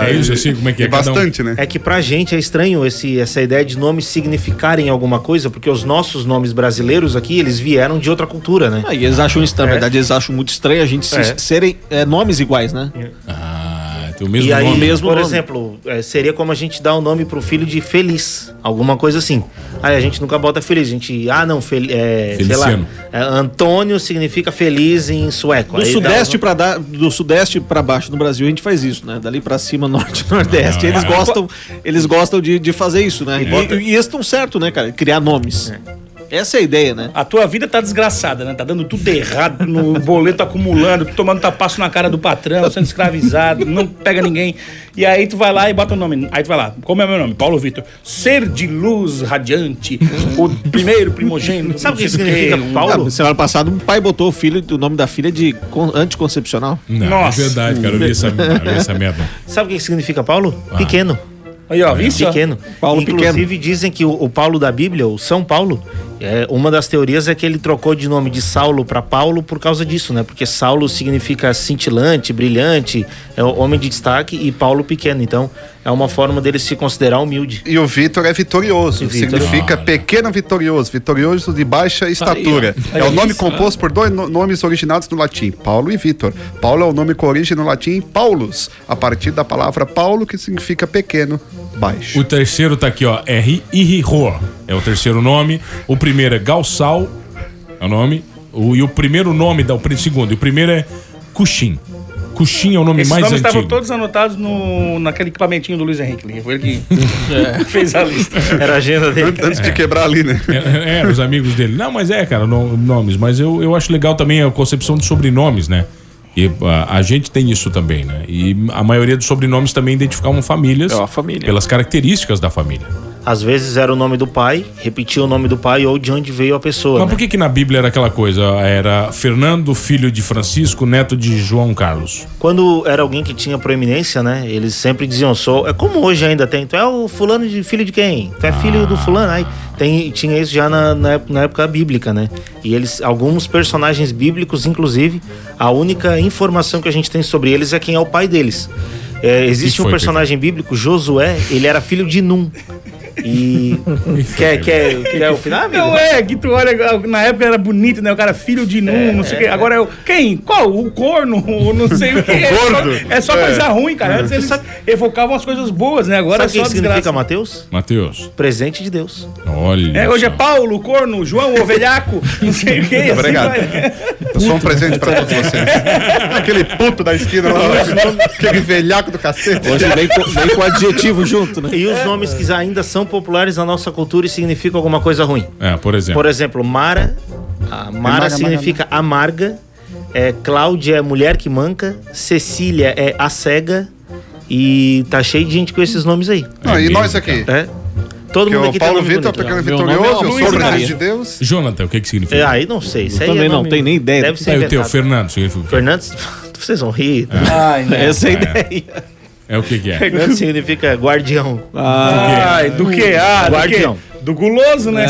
[SPEAKER 7] é isso assim? Como é que é? Cada um-
[SPEAKER 8] né?
[SPEAKER 10] É que pra gente é estranho esse, essa ideia de nomes significarem alguma coisa, porque os nossos nomes brasileiros aqui, eles vieram de outra cultura, né?
[SPEAKER 11] Ah, e eles acham isso, na verdade, eles acham muito estranho a gente se-
[SPEAKER 10] É.
[SPEAKER 11] serem é, nomes iguais, né?
[SPEAKER 7] Ah, tem o
[SPEAKER 10] e aí,
[SPEAKER 11] Mesmo
[SPEAKER 10] por
[SPEAKER 11] nome.
[SPEAKER 10] exemplo, é, seria como a gente dar o nome pro filho de Feliz, alguma coisa assim. Aí a gente nunca bota Feliz, a gente, ah não, fel, é, sei lá,
[SPEAKER 11] Feliciano.
[SPEAKER 10] é, Antônio significa feliz em sueco.
[SPEAKER 11] Do
[SPEAKER 10] Aí dá
[SPEAKER 11] sudeste para do sudeste para baixo no Brasil a gente faz isso, né? Dali para cima, norte, nordeste,
[SPEAKER 10] Não, não,
[SPEAKER 11] eles
[SPEAKER 10] é.
[SPEAKER 11] gostam, eles gostam de, de fazer isso, né? E,
[SPEAKER 9] bota-
[SPEAKER 11] e eles estão certo, né, cara? Criar nomes. Essa é a ideia, né?
[SPEAKER 9] A tua vida tá desgraçada, né? Tá dando tudo errado, no boleto acumulando, tu tomando tapaço na cara do patrão, sendo escravizado, não pega ninguém. E aí tu vai lá e bota o nome. Aí tu vai lá, como é meu nome? Paulo Vitor. Ser de luz radiante, o primeiro primogênito.
[SPEAKER 10] Sabe o que
[SPEAKER 9] não sei
[SPEAKER 10] significa
[SPEAKER 9] quê, um-
[SPEAKER 11] Ah, semana passada, um pai botou o filho, o nome da filha de con- anticoncepcional.
[SPEAKER 7] Não, é verdade, cara. Eu vi essa, eu vi essa merda.
[SPEAKER 10] Sabe o que significa Paulo?
[SPEAKER 11] Ah,
[SPEAKER 10] Pequeno.
[SPEAKER 11] é.
[SPEAKER 9] Aí, ó,
[SPEAKER 7] isso, ó.
[SPEAKER 10] Pequeno.
[SPEAKER 11] Paulo
[SPEAKER 10] Inclusive, dizem que o, o Paulo da Bíblia, o São Paulo, é, uma das teorias é que ele trocou de nome de Saulo para Paulo por causa disso, né? Porque Saulo significa cintilante, brilhante, é o homem de destaque e Paulo pequeno. Então, é uma forma dele se considerar humilde.
[SPEAKER 8] E o Vitor é vitorioso,
[SPEAKER 10] E Vitor- é
[SPEAKER 8] significa pequeno vitorioso, vitorioso de baixa estatura.
[SPEAKER 10] ó.
[SPEAKER 8] é o
[SPEAKER 10] Aí,
[SPEAKER 8] nome
[SPEAKER 10] isso,
[SPEAKER 8] composto por dois no- nomes originados no latim, Paulo e Vitor. Paulo é o nome com origem no latim Paulus, a partir da palavra Paulo, que significa pequeno, baixo.
[SPEAKER 7] O terceiro tá aqui, ó. É Ri- Irihor. É o terceiro nome. O primeiro é Galsal. É o nome. O, e o primeiro nome da. O pri- segundo. E o primeiro é Cuxim. Cuxim é o nome
[SPEAKER 9] Esses
[SPEAKER 7] mais
[SPEAKER 9] nomes
[SPEAKER 7] antigo.
[SPEAKER 9] estavam todos anotados no, naquele equipamentinho do Luiz Henrique Lima. Foi ele que
[SPEAKER 10] É.
[SPEAKER 9] fez a lista.
[SPEAKER 10] Era a agenda dele.
[SPEAKER 8] Antes de quebrar ali, né?
[SPEAKER 7] É, é, os amigos dele. Não, mas é, cara, no- nomes. Mas eu, eu acho legal também a concepção de sobrenomes, né? E a, a gente tem isso também, né? E a maioria dos sobrenomes também identificavam famílias.
[SPEAKER 10] É uma família.
[SPEAKER 7] Pelas características da família.
[SPEAKER 10] Às vezes era o nome do pai, repetia o nome do pai ou de onde veio a pessoa. né?
[SPEAKER 7] Mas por que que na Bíblia era aquela coisa? Era Fernando, filho de Francisco, neto de João Carlos.
[SPEAKER 10] Quando era alguém que tinha proeminência, né? Eles sempre diziam, sou. É como hoje ainda tem. Tu é o fulano de filho de quem? Tu é filho
[SPEAKER 7] Ah.
[SPEAKER 10] do fulano. Aí tem, tinha isso já na, na ép- na época bíblica, né? E eles, alguns personagens bíblicos, inclusive, a única informação que a gente tem sobre eles é quem é o pai deles. É, existe
[SPEAKER 7] Que
[SPEAKER 10] um
[SPEAKER 7] foi,
[SPEAKER 10] personagem bíblico, Josué, ele era filho de Num. E. quer, quer, quer o final, amigo?
[SPEAKER 9] Não é, que tu olha, na época era bonito, né? O cara filho de Num, não sei o quê. Agora é o. Quem? Qual? O corno? O não sei o quê.
[SPEAKER 10] O gordo?
[SPEAKER 9] É só, é só
[SPEAKER 10] É.
[SPEAKER 9] coisa ruim, cara. Antes
[SPEAKER 10] Você
[SPEAKER 9] eles
[SPEAKER 10] sabe-
[SPEAKER 9] evocavam as coisas boas, né? Agora
[SPEAKER 10] Sabe
[SPEAKER 9] é
[SPEAKER 10] o
[SPEAKER 9] só
[SPEAKER 10] que significa
[SPEAKER 9] desgraça.
[SPEAKER 10] Mateus?
[SPEAKER 7] Mateus.
[SPEAKER 10] Presente de Deus.
[SPEAKER 7] Olha.
[SPEAKER 9] É, hoje é Paulo, corno, João, ovelhaco, não sei o quê. assim
[SPEAKER 8] Obrigado.
[SPEAKER 9] vai, né?
[SPEAKER 8] Eu sou um presente pra todos vocês. Aquele puto da esquina lá, aquele velhaco do cacete.
[SPEAKER 10] Hoje vem com- vem com
[SPEAKER 11] adjetivo junto, né?
[SPEAKER 10] E os nomes que ainda são populares na nossa cultura e significam alguma coisa ruim.
[SPEAKER 7] É, por exemplo.
[SPEAKER 10] Por exemplo, Mara. A Mara
[SPEAKER 7] Mara,
[SPEAKER 10] significa amarga. É, Cláudia é mulher que manca. Cecília é a cega. E tá cheio de gente com esses nomes aí.
[SPEAKER 8] Não, e nós aqui?
[SPEAKER 10] É. Todo
[SPEAKER 8] Que
[SPEAKER 10] mundo
[SPEAKER 8] o
[SPEAKER 10] aqui
[SPEAKER 8] Paulo
[SPEAKER 10] nome é
[SPEAKER 8] Vitor, tá
[SPEAKER 10] bonito. né?
[SPEAKER 8] pequeno vitorioso, eu sou o presente de Deus.
[SPEAKER 7] Jonathan, o que que significa?
[SPEAKER 10] É, aí não sei. Isso aí
[SPEAKER 7] Eu
[SPEAKER 10] é
[SPEAKER 7] também não,
[SPEAKER 10] nome-
[SPEAKER 7] tenho nem ideia do
[SPEAKER 10] Deve
[SPEAKER 7] que
[SPEAKER 10] ser
[SPEAKER 7] é. E o teu,
[SPEAKER 10] inventado.
[SPEAKER 7] Fernando, significa o quê?
[SPEAKER 10] Fernandes, vocês vão rir.
[SPEAKER 7] É. Ai, não.
[SPEAKER 10] Essa é a
[SPEAKER 7] É.
[SPEAKER 10] ideia.
[SPEAKER 7] É o que que é?
[SPEAKER 10] Fernandes significa guardião.
[SPEAKER 7] Ah.
[SPEAKER 9] Ai, do que? Ah, do que?
[SPEAKER 10] guardião.
[SPEAKER 9] Do guloso, né?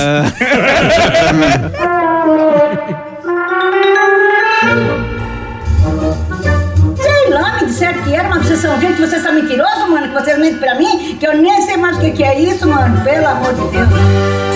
[SPEAKER 6] Sei lá, me disseram que era, mas vocês são gente, vocês é são mentirosos, mano, que vocês mentem pra mim, que eu nem sei mais o que, que é isso, mano, pelo amor de Deus.